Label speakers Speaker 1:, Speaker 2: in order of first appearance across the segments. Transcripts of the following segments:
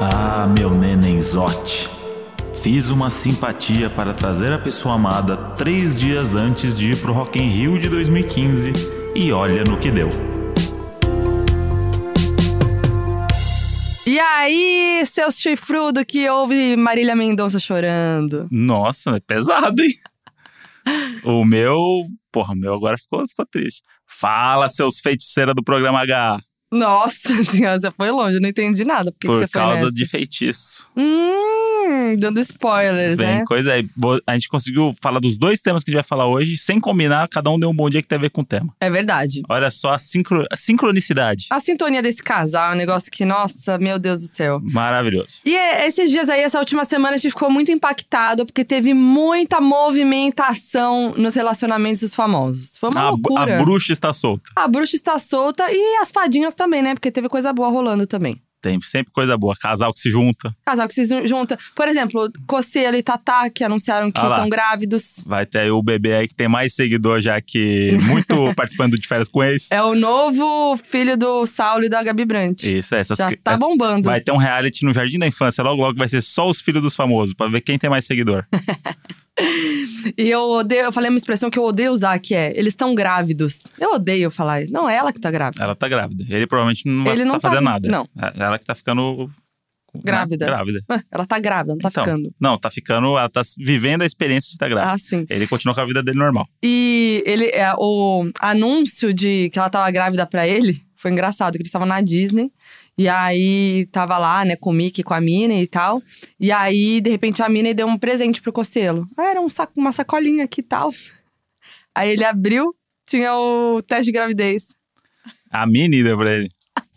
Speaker 1: Ah, meu nenenzote. Fiz uma simpatia para trazer a pessoa amada três dias antes de ir pro Rock in Rio de 2015 e olha no que deu.
Speaker 2: E aí, seu chifrudo que ouve Marília Mendonça chorando?
Speaker 3: Nossa, é pesado, hein? O meu. Porra, o meu agora ficou, ficou triste. Fala, seus feiticeiras do programa H.
Speaker 2: Nossa senhora, você foi longe, eu não entendi nada. Por, que que
Speaker 3: Por
Speaker 2: você
Speaker 3: causa
Speaker 2: foi nessa?
Speaker 3: de feitiço.
Speaker 2: Hum, dando spoilers,
Speaker 3: Vem
Speaker 2: né?
Speaker 3: coisa aí. Bo- A gente conseguiu falar dos dois temas que a gente vai falar hoje, sem combinar, cada um deu um bom dia que tem a ver com o tema.
Speaker 2: É verdade.
Speaker 3: Olha só a, sincro- a sincronicidade.
Speaker 2: A sintonia desse casal é um negócio que, nossa, meu Deus do céu.
Speaker 3: Maravilhoso.
Speaker 2: E é, esses dias aí, essa última semana, a gente ficou muito impactado porque teve muita movimentação nos relacionamentos dos famosos. Foi É uma
Speaker 3: A, a
Speaker 2: loucura.
Speaker 3: bruxa está solta.
Speaker 2: A bruxa está solta e as fadinhas também, né? Porque teve coisa boa rolando também.
Speaker 3: Tem sempre coisa boa. Casal que se junta.
Speaker 2: Casal que se jun- junta. Por exemplo, Coceiro e Tatá, que anunciaram que
Speaker 3: Ah lá.
Speaker 2: estão grávidos.
Speaker 3: Vai ter aí o bebê aí que tem mais seguidor já que muito participando de férias com ex.
Speaker 2: É o novo filho do Saulo e da Gabi Brandt.
Speaker 3: Isso, é, essas
Speaker 2: Já
Speaker 3: cri-
Speaker 2: tá bombando.
Speaker 3: Vai ter um reality no Jardim da Infância, logo logo vai ser só os filhos dos famosos, pra ver quem tem mais seguidor.
Speaker 2: E eu odeio, eu falei uma expressão que eu odeio usar, que é eles estão grávidos. Eu odeio falar. Não, é ela que tá grávida.
Speaker 3: Ela tá grávida. Ele provavelmente não vai
Speaker 2: Ele não
Speaker 3: tá fazendo
Speaker 2: tá-
Speaker 3: nada.
Speaker 2: não.
Speaker 3: É Ela que tá ficando. né,
Speaker 2: Grávida.
Speaker 3: grávida.
Speaker 2: Ué, Ela tá grávida, não tá
Speaker 3: Então, é.
Speaker 2: ficando.
Speaker 3: Não, tá ficando. Ela tá vivendo a experiência de estar grávida.
Speaker 2: Ah, sim.
Speaker 3: Ele continua com a vida dele normal.
Speaker 2: E ele, é, o anúncio de que ela tava grávida pra ele foi engraçado, que eles estavam na Disney. E aí tava lá, né, com o Mickey, com a Minnie e tal. E aí, de repente, a Minnie deu um presente pro Cocelo. Ah, era um saco, uma sacolinha aqui e tal. Aí ele abriu, tinha o teste de gravidez.
Speaker 3: A Mini deu pra ele.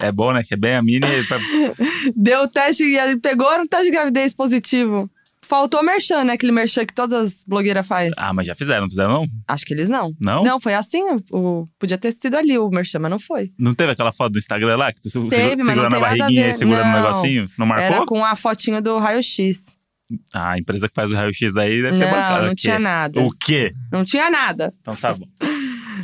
Speaker 3: É bom, né? Que é bem a Mini. pra-
Speaker 2: Deu o teste e ele pegou, era um teste de gravidez positivo. Faltou o merchan, né? Aquele merchan que todas as blogueiras fazem.
Speaker 3: Ah, mas já fizeram, não fizeram, não?
Speaker 2: Acho que eles não.
Speaker 3: Não?
Speaker 2: Não, foi assim. O... Podia ter sido ali o merchan, mas não foi.
Speaker 3: Não teve aquela foto do Instagram lá? Que tu segu-
Speaker 2: Teve, mas não
Speaker 3: segurando
Speaker 2: tem
Speaker 3: a
Speaker 2: nada a
Speaker 3: barriguinha
Speaker 2: ver.
Speaker 3: e segurando o
Speaker 2: Não.
Speaker 3: negocinho? Não
Speaker 2: Era
Speaker 3: marcou?
Speaker 2: com a fotinha do raio-x.
Speaker 3: Ah, a empresa que faz o raio-x aí deve ter
Speaker 2: Não,
Speaker 3: bancado
Speaker 2: não
Speaker 3: aqui.
Speaker 2: tinha nada.
Speaker 3: O quê?
Speaker 2: Não tinha nada.
Speaker 3: Então tá bom.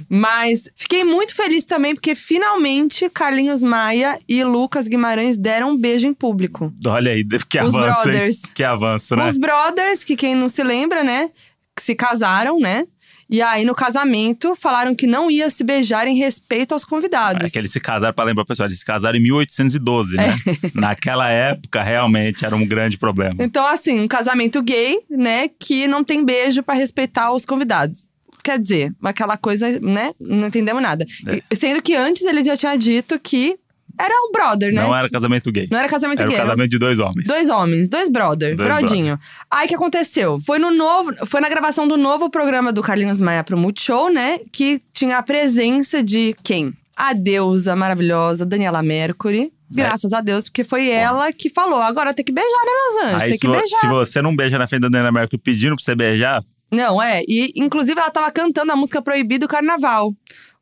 Speaker 2: Mas fiquei muito feliz também, porque finalmente Carlinhos Maia e Lucas Guimarães deram um beijo em público.
Speaker 3: Olha aí, que
Speaker 2: Os
Speaker 3: avanço, hein?
Speaker 2: brothers.
Speaker 3: Que avanço, né?
Speaker 2: Os brothers, que quem não se lembra, né? Que se casaram, né? E aí, no casamento, falaram que não ia se beijar em respeito aos convidados.
Speaker 3: É que eles se casaram, pra lembrar o pessoal, eles se casaram em 1812, né?
Speaker 2: É.
Speaker 3: Naquela época, realmente, era um grande problema.
Speaker 2: Então, assim, um casamento gay, né? Que não tem beijo pra respeitar os convidados. Quer dizer, aquela coisa, né? Não entendemos nada.
Speaker 3: É.
Speaker 2: E- Sendo que antes ele já tinha dito que era um brother, né?
Speaker 3: Não era casamento gay.
Speaker 2: Não era casamento
Speaker 3: Era o
Speaker 2: gay. era
Speaker 3: casamento de dois homens.
Speaker 2: Dois homens, dois brother,
Speaker 3: Dois
Speaker 2: brodinho. Aí o que aconteceu? Foi no novo, foi na gravação do novo programa do Carlinhos Maia pro Multishow, né? Que tinha a presença de quem? A deusa maravilhosa, Daniela Mercury.
Speaker 3: É.
Speaker 2: Graças a Deus, porque foi ela que falou. Agora tem que beijar, né, meus anjos?
Speaker 3: Aí,
Speaker 2: tem
Speaker 3: se,
Speaker 2: que
Speaker 3: vo-
Speaker 2: beijar.
Speaker 3: se você não beija na frente da Daniela Mercury pedindo pra você beijar,
Speaker 2: Não, é. E, inclusive, ela tava cantando a música Proibido Carnaval.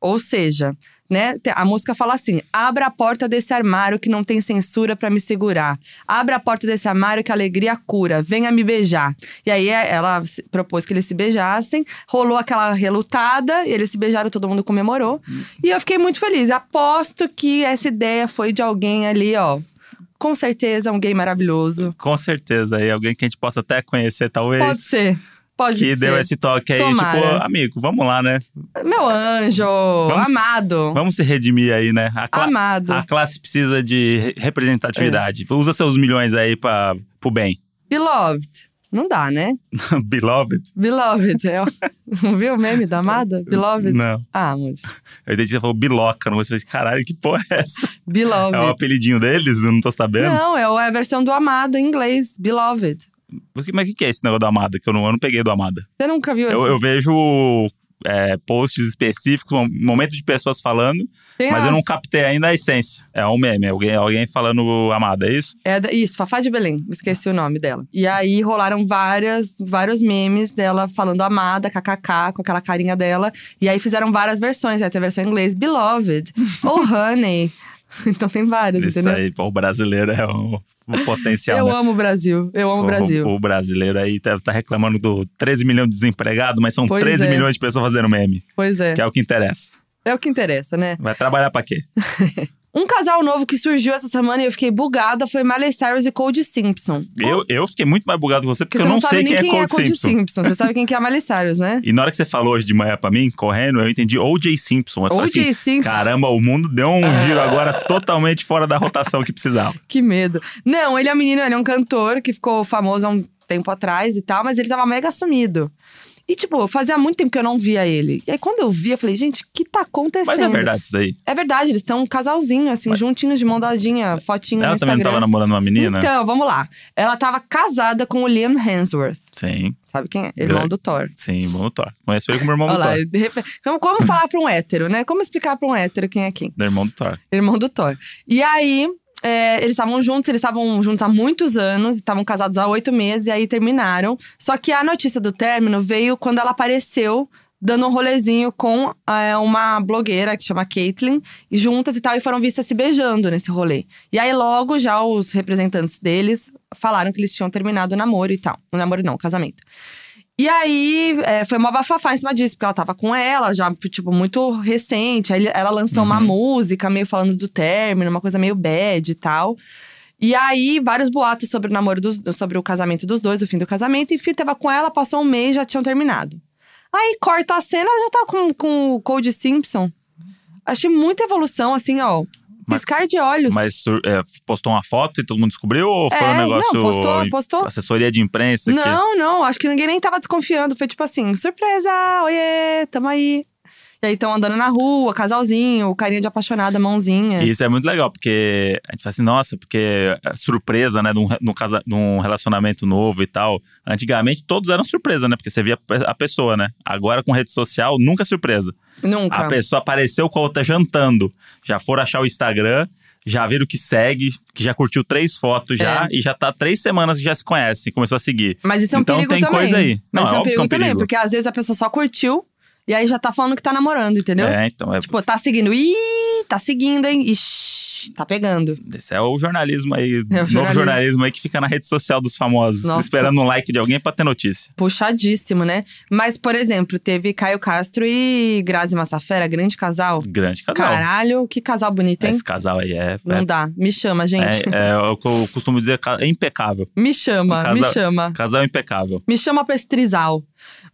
Speaker 2: Ou seja, né? te- A música fala assim: abra a porta desse armário que não tem censura pra me segurar. Abra a porta desse armário que a alegria cura. Venha me beijar. E aí é, ela se- propôs que eles se beijassem, rolou aquela relutada, eles se beijaram, todo mundo comemorou. E eu fiquei muito feliz. Aposto que essa ideia foi de alguém ali, ó. Com certeza, um gay maravilhoso.
Speaker 3: com certeza aí, alguém que a gente possa até conhecer, talvez,
Speaker 2: Pode ser. Pode
Speaker 3: que
Speaker 2: ser.
Speaker 3: deu esse toque aí, tipo,
Speaker 2: Tomara.
Speaker 3: amigo, vamos lá, né?
Speaker 2: Meu anjo,
Speaker 3: Vamos-
Speaker 2: amado.
Speaker 3: Vamos se redimir aí, né? A, cla-
Speaker 2: Amado. É.
Speaker 3: a classe precisa de re- representatividade. Usa seus milhões aí pra, pro bem.
Speaker 2: Beloved. Não dá, né?
Speaker 3: Beloved?
Speaker 2: Beloved. É... Não viu o meme da amada? Beloved.
Speaker 3: Não.
Speaker 2: Ah, moço.
Speaker 3: Eu entendi que você falou biloca, não. Você fez, caralho, que porra é essa?
Speaker 2: Beloved.
Speaker 3: É o apelidinho deles? Eu não tô sabendo.
Speaker 2: Não, é o- é a versão do amado em inglês. Beloved.
Speaker 3: O que- Mas o que, que é esse negócio do Amada? Que eu não, eu não peguei do Amada.
Speaker 2: Você nunca viu
Speaker 3: Eu,
Speaker 2: essa?
Speaker 3: eu vejo é, posts específicos, mom- momentos de pessoas falando,
Speaker 2: Tem
Speaker 3: mas
Speaker 2: a-
Speaker 3: eu não captei ainda a essência. É um meme, alguém, alguém falando Amada, é isso?
Speaker 2: É da- Isso, Fafá de Belém. Esqueci o nome dela. E aí rolaram várias, vários memes dela falando amada, kkk, com aquela carinha dela. E aí fizeram várias versões. Aí tem a versão em inglês, Beloved. Ou Honey. Então tem várias,
Speaker 3: Isso
Speaker 2: entendeu?
Speaker 3: aí, pô, o brasileiro é um, um potencial.
Speaker 2: Eu
Speaker 3: né?
Speaker 2: amo o Brasil. Eu amo o Brasil.
Speaker 3: O, brasileiro aí tá, tá reclamando do 13 milhões de desempregados, mas são
Speaker 2: Pois
Speaker 3: 13
Speaker 2: é.
Speaker 3: milhões de pessoas fazendo meme,
Speaker 2: Pois é.
Speaker 3: que é o que interessa.
Speaker 2: É o que interessa, né?
Speaker 3: Vai trabalhar pra quê?
Speaker 2: Um casal novo que surgiu essa semana e eu fiquei bugada foi Miley Cyrus e Cody Simpson.
Speaker 3: Eu, eu fiquei muito mais bugado que você, porque,
Speaker 2: Porque
Speaker 3: eu
Speaker 2: você
Speaker 3: não,
Speaker 2: não sabe
Speaker 3: sei
Speaker 2: nem
Speaker 3: quem é Cold
Speaker 2: Simpson.
Speaker 3: Simpson.
Speaker 2: Você sabe quem que é a Miley Cyrus, né?
Speaker 3: E na hora que você falou hoje de manhã pra mim, correndo, eu entendi O.J. Simpson. Eu falei assim,
Speaker 2: O.J. Simpson. Ah.
Speaker 3: caramba, o mundo deu um giro agora totalmente fora da rotação que precisava.
Speaker 2: Que medo. Não, ele é um menino, ele é um cantor que ficou famoso há um tempo atrás e tal, mas ele tava mega sumido. E, tipo, fazia muito tempo que eu não via ele. E aí, quando eu vi, eu falei, gente, o que tá acontecendo?
Speaker 3: Mas é verdade isso daí.
Speaker 2: É verdade, eles estão um casalzinho, assim, juntinhos de mão dadinha, fotinho
Speaker 3: Ela
Speaker 2: no
Speaker 3: também não tava
Speaker 2: Instagram.
Speaker 3: namorando uma menina?
Speaker 2: Então, vamos lá. Ela tava casada com o Liam Hemsworth.
Speaker 3: Sim,
Speaker 2: Sabe quem é? Irmão
Speaker 3: Grande.
Speaker 2: do Thor.
Speaker 3: sim, bom do Thor. Conheço ele como irmão
Speaker 2: Olha
Speaker 3: do
Speaker 2: lá,
Speaker 3: Thor.
Speaker 2: de refe- Então, como falar pra um hétero, né? Como explicar pra um hétero quem é quem?
Speaker 3: Do irmão do Thor.
Speaker 2: irmão do Thor. E aí, é, eles estavam juntos, eles estavam juntos há muitos anos, estavam casados há oito meses, e aí terminaram. Só que a notícia do término veio quando ela apareceu dando um rolezinho com é, uma blogueira que chama Caitlyn, e juntas e tal, e foram vistas se beijando nesse rolê. E aí, logo, já os representantes deles falaram que eles tinham terminado o namoro e tal. O namoro não, o casamento. E aí, é, foi uma bafafá em cima disso, porque ela tava com ela, já, tipo, muito recente. Aí ela lançou uma música meio falando do término, uma coisa meio bad e tal. E aí, vários boatos sobre o namoro dos, sobre o casamento dos dois, o fim do casamento. Enfim, tava com ela, passou um mês, já tinham terminado. Aí corta a cena, ela já tá com, com o Cold Simpson. Achei muita evolução, assim, ó.
Speaker 3: Mas-
Speaker 2: Piscar de olhos.
Speaker 3: Mas sur- é, postou uma foto e todo mundo descobriu? Ou foi um negócio.
Speaker 2: É,
Speaker 3: Tá,
Speaker 2: não, postou, postou.
Speaker 3: Assessoria de imprensa? que-
Speaker 2: Não, não, acho que ninguém nem tava desconfiando. Foi tipo assim, surpresa, oiê, tamo aí. E aí estão andando na rua, casalzinho, o carinha de apaixonada, mãozinha.
Speaker 3: E isso é muito legal, porque a gente fala assim, nossa, porque é surpresa, né, num, re- num, casa, num relacionamento novo e tal. Antigamente todos eram surpresa, né, porque você via pe- a pessoa, né. Agora com rede social, nunca é surpresa.
Speaker 2: Nunca.
Speaker 3: A pessoa apareceu com a outra jantando. Já foram achar o Instagram, já viram que segue, que já curtiu três fotos
Speaker 2: É.
Speaker 3: já, e já tá três semanas que já se conhece, começou a seguir.
Speaker 2: Mas isso é um
Speaker 3: então
Speaker 2: perigo
Speaker 3: tem
Speaker 2: também.
Speaker 3: coisa aí. Não,
Speaker 2: Mas isso
Speaker 3: é
Speaker 2: é um
Speaker 3: óbvio que é
Speaker 2: perigo
Speaker 3: um
Speaker 2: também,
Speaker 3: perigo.
Speaker 2: porque às vezes a pessoa só curtiu e aí já tá falando que tá namorando, entendeu?
Speaker 3: É, então, é,
Speaker 2: Tipo, tá seguindo. Ih, tá seguindo, hein? Ixi, tá pegando.
Speaker 3: esse é o jornalismo aí, novo
Speaker 2: jornalismo.
Speaker 3: jornalismo aí que fica na rede social dos famosos,
Speaker 2: Nossa.
Speaker 3: esperando um like de alguém pra ter notícia.
Speaker 2: Puxadíssimo, né? Mas, por exemplo, teve Caio Castro e Grazi Massafera, grande casal.
Speaker 3: Grande casal.
Speaker 2: Caralho, que casal bonito, hein?
Speaker 3: Esse casal aí é.
Speaker 2: Não dá. Me chama,
Speaker 3: É,
Speaker 2: gente.
Speaker 3: é, é o que eu costumo dizer, ca- é impecável.
Speaker 2: Me chama,
Speaker 3: Um casal-
Speaker 2: me chama.
Speaker 3: Casal impecável.
Speaker 2: Me chama pra esse trisal.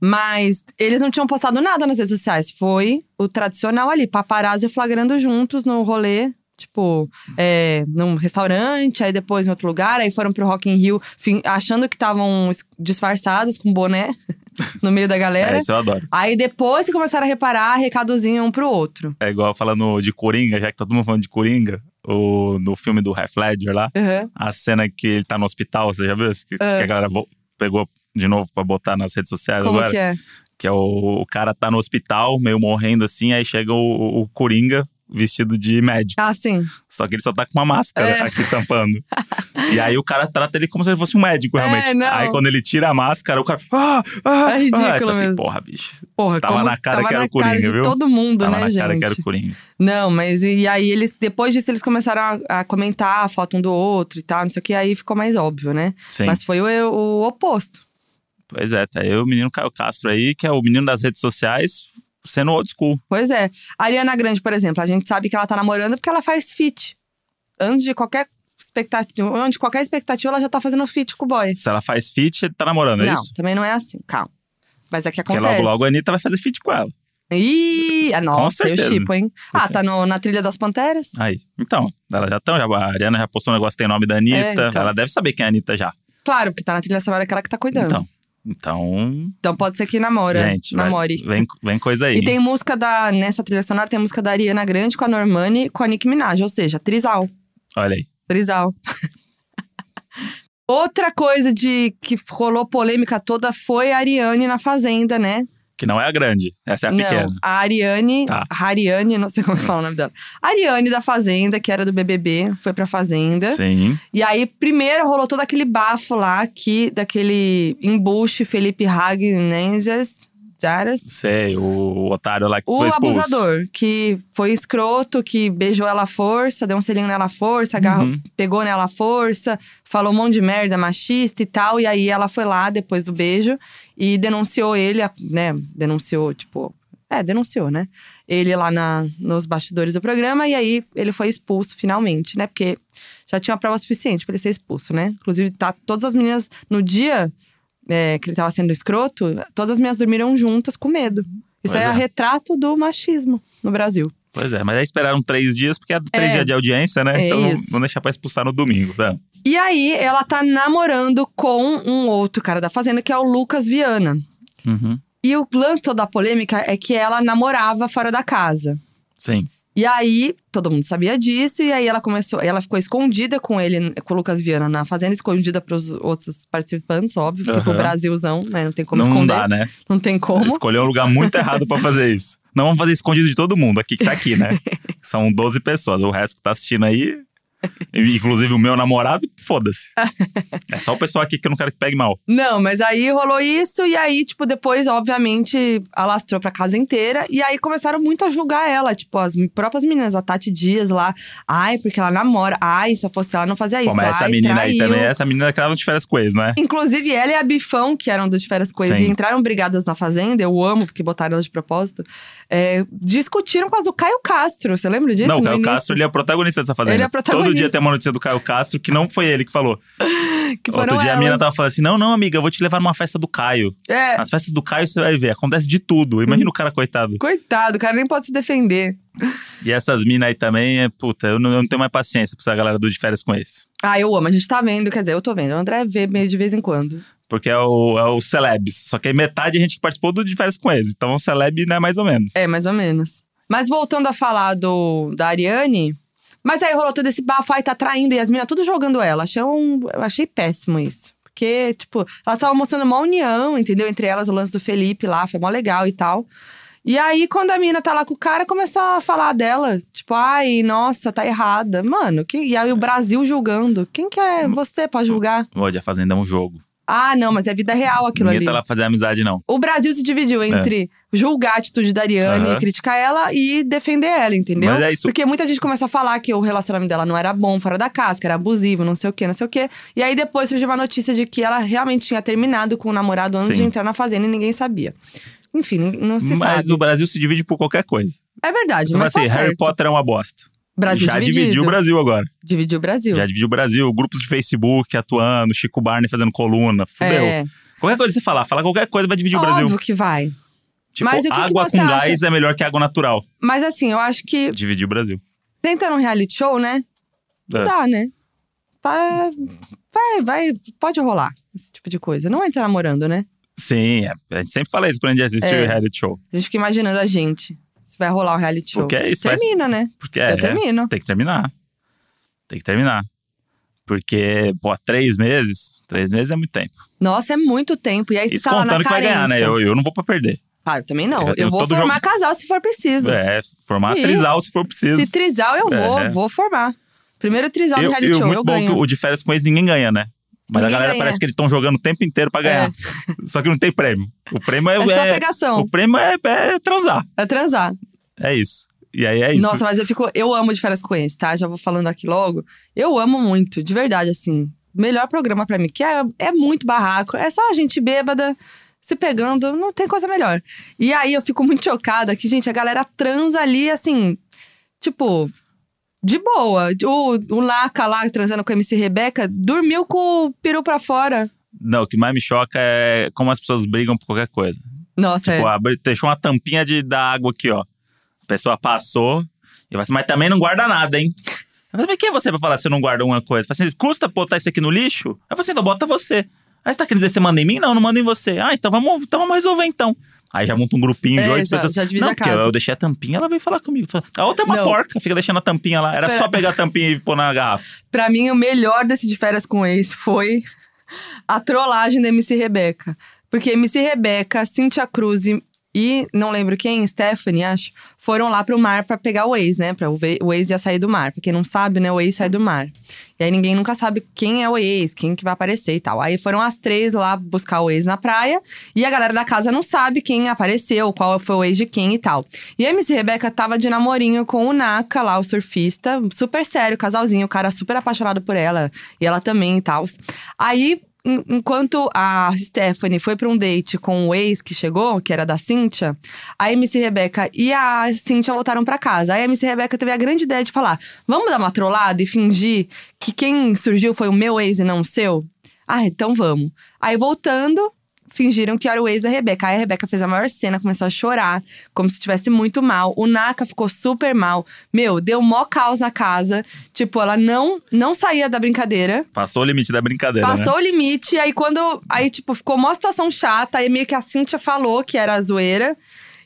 Speaker 2: Mas eles não tinham postado nada nas redes sociais. Foi o tradicional ali, paparazzi flagrando juntos no rolê. Tipo, é, num restaurante, aí depois em outro lugar. Aí foram pro Rock in Rio, fin- achando que estavam es- disfarçados, com boné, no meio da
Speaker 3: É,
Speaker 2: galera.
Speaker 3: isso eu adoro.
Speaker 2: aí depois que começaram a reparar, recadozinho um pro outro.
Speaker 3: É igual falando de Coringa, já que tá todo mundo falando de Coringa, o, no filme do Half Ledger lá,
Speaker 2: Uhum.
Speaker 3: a cena que ele tá no hospital, você já viu? isso? Que, que a galera vo- pegou de novo pra botar nas redes sociais
Speaker 2: Ah. Como
Speaker 3: agora.
Speaker 2: que é?
Speaker 3: Que é o, o cara tá no hospital, meio morrendo assim, aí chega o, o Coringa vestido de médico.
Speaker 2: Ah, sim.
Speaker 3: Só que ele só tá com uma máscara
Speaker 2: É.
Speaker 3: aqui tampando. e aí o cara trata ele como se ele fosse um médico,
Speaker 2: É,
Speaker 3: realmente.
Speaker 2: não.
Speaker 3: Aí quando ele tira a máscara, o cara. Ah, ah,
Speaker 2: É ridículo
Speaker 3: ah. Aí você fala assim,
Speaker 2: mesmo.
Speaker 3: porra, bicho.
Speaker 2: Porra,
Speaker 3: Tava
Speaker 2: como
Speaker 3: na cara
Speaker 2: tava
Speaker 3: que era
Speaker 2: na
Speaker 3: o Coringa,
Speaker 2: cara de
Speaker 3: viu?
Speaker 2: todo mundo,
Speaker 3: Tava
Speaker 2: né,
Speaker 3: na cara
Speaker 2: gente?
Speaker 3: que era o Coringa.
Speaker 2: Não, mas e, e aí eles, depois disso, eles começaram a, a comentar a foto um do outro e tal, não sei o que, aí ficou mais óbvio, né?
Speaker 3: Sim.
Speaker 2: Mas foi o, o oposto.
Speaker 3: Pois é, tá aí o menino Caio Castro aí, que é o menino das redes sociais, sendo old school.
Speaker 2: Pois é. A Ariana Grande, por exemplo, a gente sabe que ela tá namorando porque ela faz fit. Antes de qualquer expectativa, antes de qualquer expectativa, ela já tá fazendo fit com o boy.
Speaker 3: Se ela faz feat, ele tá namorando, é
Speaker 2: não,
Speaker 3: isso?
Speaker 2: também não é assim, calma. Mas é que
Speaker 3: Porque
Speaker 2: acontece.
Speaker 3: logo, logo a Anitta vai fazer feat com ela.
Speaker 2: Ih, ah, nossa, eu
Speaker 3: certeza.
Speaker 2: chipo, hein? Ah,
Speaker 3: Assim.
Speaker 2: tá no- na trilha das Panteras?
Speaker 3: Aí. Então, ela já tá, já, a Ariana já postou um negócio que tem nome da Anitta.
Speaker 2: É, então.
Speaker 3: Ela deve saber quem é a Anitta já.
Speaker 2: Claro, porque tá na trilha sonora que ela que tá cuidando. Então,
Speaker 3: Então. Então,
Speaker 2: pode ser que namora,
Speaker 3: gente, vai-
Speaker 2: namore.
Speaker 3: vem, vem coisa aí.
Speaker 2: E tem música da. Nessa trilha sonora tem música da Ariana Grande com a Normani e com a Nicki Minaj, ou seja, Trisal.
Speaker 3: Olha aí.
Speaker 2: Trisal. Outra coisa de que rolou polêmica toda foi a Ariane na Fazenda, né?
Speaker 3: Que não é a grande, essa é a pequena.
Speaker 2: Não, a Ariane,
Speaker 3: Tá.
Speaker 2: Ariane, não sei como é fala o nome dela. A Ariane da Fazenda, que era do BBB, foi pra Fazenda.
Speaker 3: Sim.
Speaker 2: E aí, primeiro rolou todo aquele bafo lá, que daquele embuste Felipe Hagnenses, Jaras.
Speaker 3: Sei, o otário lá que
Speaker 2: assim. O
Speaker 3: foi expulso.
Speaker 2: abusador, que foi escroto, que beijou ela à força, deu um selinho nela à força, agarrou,
Speaker 3: Uhum.
Speaker 2: pegou nela à força, falou um monte de merda machista e tal. E aí ela foi lá depois do beijo e denunciou ele, né? Denunciou, tipo. É, denunciou, né? ele lá na, nos bastidores do programa. E aí ele foi expulso finalmente, né? Porque já tinha uma prova suficiente pra ele ser expulso, né? Inclusive, tá, todas as meninas, no dia é, que ele tava sendo escroto, todas as meninas dormiram juntas com medo. Isso
Speaker 3: Pois
Speaker 2: é,
Speaker 3: é.
Speaker 2: o retrato do machismo no Brasil.
Speaker 3: Pois é, mas aí esperaram três dias, porque é três
Speaker 2: É.
Speaker 3: dias de audiência, né?
Speaker 2: É
Speaker 3: então não-
Speaker 2: isso.
Speaker 3: não deixar pra expulsar no domingo, tá?
Speaker 2: E aí, ela tá namorando com um outro cara da Fazenda, que é o Lucas Viana.
Speaker 3: Uhum.
Speaker 2: E o lance toda da polêmica é que ela namorava fora da casa.
Speaker 3: Sim.
Speaker 2: E aí, todo mundo sabia disso, e aí ela começou, ela ficou escondida com ele, com o Lucas Viana na fazenda, escondida pros outros participantes, óbvio, porque pro
Speaker 3: Aham.
Speaker 2: Brasilzão, né? Não tem como
Speaker 3: não
Speaker 2: esconder.
Speaker 3: dá, né?
Speaker 2: Não tem como.
Speaker 3: Escolheu um lugar muito errado pra fazer isso. Não vamos fazer escondido de todo mundo aqui que tá aqui, né? São 12 pessoas. O resto que tá assistindo aí, inclusive o meu namorado, foda-se. É só o pessoal aqui que eu não quero que pegue mal.
Speaker 2: Não, mas aí rolou isso, e aí, tipo, depois, obviamente, alastrou pra casa inteira. E aí começaram muito a julgar ela, tipo, as próprias meninas, a Tati Dias lá. Ai, porque ela namora. Ai, se eu fosse ela, não fazia isso.
Speaker 3: Pô, mas essa
Speaker 2: Ai,
Speaker 3: menina aí
Speaker 2: traiu.
Speaker 3: também, é essa menina que tava de férias com eles, não é?
Speaker 2: Inclusive, ela e a Bifão, que eram do De Férias com Eles,
Speaker 3: Sim.
Speaker 2: e entraram brigadas na Fazenda, eu amo, porque botaram elas de propósito, é, discutiram com as do Caio Castro. Você lembra disso?
Speaker 3: não, o
Speaker 2: no
Speaker 3: Caio
Speaker 2: início?
Speaker 3: Castro, ele é o protagonista dessa fazenda.
Speaker 2: Ele é protagonista.
Speaker 3: Todo dia tem uma notícia do Caio Castro que não foi ele que falou.
Speaker 2: Que foram
Speaker 3: Outro dia
Speaker 2: elas.
Speaker 3: a menina tá- tava falando assim: não, não, amiga, eu vou te levar numa festa do Caio.
Speaker 2: É,
Speaker 3: Nas festas do Caio você vai ver, acontece de tudo. Imagina o cara, coitado.
Speaker 2: coitado, o cara nem pode se defender.
Speaker 3: E essas minas aí também, é, puta, eu não, eu não tenho mais paciência pra essa galera do de férias com esse.
Speaker 2: Ah, eu amo, a gente tá vendo, quer dizer, eu tô vendo. O André vê meio de vez em quando.
Speaker 3: Porque é o, é o Celebs. Só que aí metade a gente que participou do de férias com eles. Então o Celeb, né, mais ou menos.
Speaker 2: É, mais ou menos. Mas voltando a falar do, da Ariane. Mas aí rolou todo esse bafo, aí tá traindo, e as meninas tudo jogando ela. Achei um- eu achei péssimo isso. Porque, tipo, elas estavam mostrando uma união, entendeu? Entre elas, o lance do Felipe lá, foi mó legal e tal. E aí, quando a mina tá lá com o cara, começou a falar dela. Tipo, ai, nossa, tá errada. Mano, que... e aí o Brasil julgando. Quem que é você pra julgar?
Speaker 3: Olha, a Fazenda é um jogo.
Speaker 2: Ah, não, mas é vida real aquilo
Speaker 3: Ninguém
Speaker 2: ali.
Speaker 3: tá lá pra fazer amizade, não.
Speaker 2: O Brasil se dividiu entre julgar a atitude da Ariane,
Speaker 3: É. Aham.
Speaker 2: criticar ela e defender ela, entendeu?
Speaker 3: Mas é isso.
Speaker 2: Porque muita gente começa a falar que o relacionamento dela não era bom, fora da casa, que era abusivo, não sei o quê, não sei o quê. E aí depois surgiu uma notícia de que ela realmente tinha terminado com o namorado antes
Speaker 3: Sim.
Speaker 2: de entrar na fazenda e ninguém sabia. Enfim, nin- não se
Speaker 3: Mas
Speaker 2: sabe.
Speaker 3: o Brasil se divide por qualquer coisa.
Speaker 2: É verdade,
Speaker 3: Você vai
Speaker 2: mas
Speaker 3: assim,
Speaker 2: tá
Speaker 3: Harry
Speaker 2: certo.
Speaker 3: Potter é uma bosta.
Speaker 2: Brasil
Speaker 3: Já
Speaker 2: dividido.
Speaker 3: dividiu o Brasil agora.
Speaker 2: Dividiu o Brasil.
Speaker 3: Já dividiu o Brasil. Grupos de Facebook atuando, Chico Barney fazendo coluna. Fudeu.
Speaker 2: É,
Speaker 3: Qualquer coisa que você falar, falar qualquer coisa vai dividir o Brasil.
Speaker 2: óbvio que vai.
Speaker 3: Tipo,
Speaker 2: Mas o que que
Speaker 3: água
Speaker 2: você
Speaker 3: com
Speaker 2: acha?
Speaker 3: gás é melhor que água natural.
Speaker 2: Mas assim, eu acho que
Speaker 3: Dividir o Brasil.
Speaker 2: tenta num reality show, né? Não
Speaker 3: É.
Speaker 2: dá, né? Tá. Vai, vai, pode rolar esse tipo de coisa. Não entra namorando, né?
Speaker 3: Sim, é. a gente sempre fala isso quando a gente assiste
Speaker 2: É.
Speaker 3: o reality show.
Speaker 2: A gente fica imaginando a gente. Se vai rolar um reality show.
Speaker 3: Porque é isso, faz-
Speaker 2: Termina, né?
Speaker 3: Porque é,
Speaker 2: Eu termino.
Speaker 3: Tem que terminar. Tem que terminar. Porque, pô, três meses, três meses é muito tempo.
Speaker 2: Nossa, é muito tempo. E aí você
Speaker 3: Isso
Speaker 2: tá lá na
Speaker 3: contando que vai
Speaker 2: carência.
Speaker 3: ganhar, né? Eu, eu não vou pra perder.
Speaker 2: Ah, eu também não.
Speaker 3: Eu
Speaker 2: Eu,
Speaker 3: tenho
Speaker 2: vou
Speaker 3: todo
Speaker 2: formar casal se for preciso.
Speaker 3: É, formar
Speaker 2: Ih,
Speaker 3: trisal se for preciso.
Speaker 2: Se trisal, eu vou.
Speaker 3: É.
Speaker 2: Vou formar. Primeiro trisal
Speaker 3: eu,
Speaker 2: do reality
Speaker 3: eu-
Speaker 2: show,
Speaker 3: muito
Speaker 2: eu
Speaker 3: bom
Speaker 2: ganho.
Speaker 3: que o de férias com eles ninguém ganha, né? Mas
Speaker 2: Ninguém
Speaker 3: a galera
Speaker 2: ganha.
Speaker 3: parece que eles estão jogando o tempo inteiro pra ganhar. Só que não tem prêmio. O prêmio é.
Speaker 2: É só
Speaker 3: é-
Speaker 2: pegação.
Speaker 3: o prêmio é, é transar.
Speaker 2: É transar.
Speaker 3: É isso. E aí é isso.
Speaker 2: Nossa, mas eu fico. Eu amo de férias com eles, tá? Já vou falando aqui logo. Eu amo muito, de verdade, assim. Melhor programa pra mim, que é, é muito barraco. É só a gente bêbada se pegando, não tem coisa melhor. E aí eu fico muito chocada que, gente, a galera trans ali, assim, tipo. De boa. O, o Laca lá, transando com a MC Rebeca, dormiu com o peru pra fora.
Speaker 3: Não, o que mais me choca é como as pessoas brigam por qualquer coisa.
Speaker 2: Nossa,
Speaker 3: Tipo,
Speaker 2: é.
Speaker 3: abre- deixou uma tampinha de, da água aqui, ó. A pessoa passou e vai assim, mas também não guarda nada, hein? Mas quem é você pra falar se eu não guardo uma coisa? Fala assim, custa botar isso aqui no lixo? Aí você então bota você. Aí você tá querendo dizer, você manda em mim? Não, não manda em você. Ah, então vamos, então vamos resolver então. Aí já monta um grupinho de
Speaker 2: É,
Speaker 3: oito
Speaker 2: já-
Speaker 3: pessoas.
Speaker 2: já divide
Speaker 3: não,
Speaker 2: a
Speaker 3: porque eu,
Speaker 2: casa.
Speaker 3: eu deixei a tampinha, ela veio falar comigo. Fala, A outra é uma
Speaker 2: Não.
Speaker 3: porca, fica deixando a tampinha lá. Era
Speaker 2: Pera.
Speaker 3: só pegar a tampinha e pôr na garrafa.
Speaker 2: Pra mim, o melhor desse de férias com ex foi a trollagem da MC Rebeca. Porque MC Rebeca, Cintia Cruz e, e não lembro quem, Stephanie, acho, foram lá pro mar pra pegar o ex, né? Pra, o, ve- o ex ia sair do mar. Pra quem não sabe, né? O ex sai do mar. E aí ninguém nunca sabe quem é o ex, quem que vai aparecer e tal. Aí foram as três lá buscar o ex na praia. E a galera da casa não sabe quem apareceu, qual foi o ex de quem e tal. E a MC Rebeca tava de namorinho com o Naka lá, o surfista. Super sério, casalzinho, o cara super apaixonado por ela. E ela também e tal. Aí en- enquanto a Stephanie foi pra um date com o ex que chegou, que era da Cíntia, a MC Rebeca e a Cíntia voltaram pra casa. Aí a MC Rebeca teve a grande ideia de falar: vamos dar uma trollada e fingir que quem surgiu foi o meu ex e não o seu? Ah, então vamos. Aí voltando, fingiram que era o ex da Rebeca. Aí a Rebeca fez a maior cena, começou a chorar, como se estivesse muito mal. O Naka ficou super mal. Meu, deu mó caos na casa. Tipo, ela não, não saía da brincadeira.
Speaker 3: Passou o limite da brincadeira, né?
Speaker 2: Passou o limite, aí quando. Aí, tipo, ficou uma situação chata, aí meio que a Cíntia falou que era zoeira.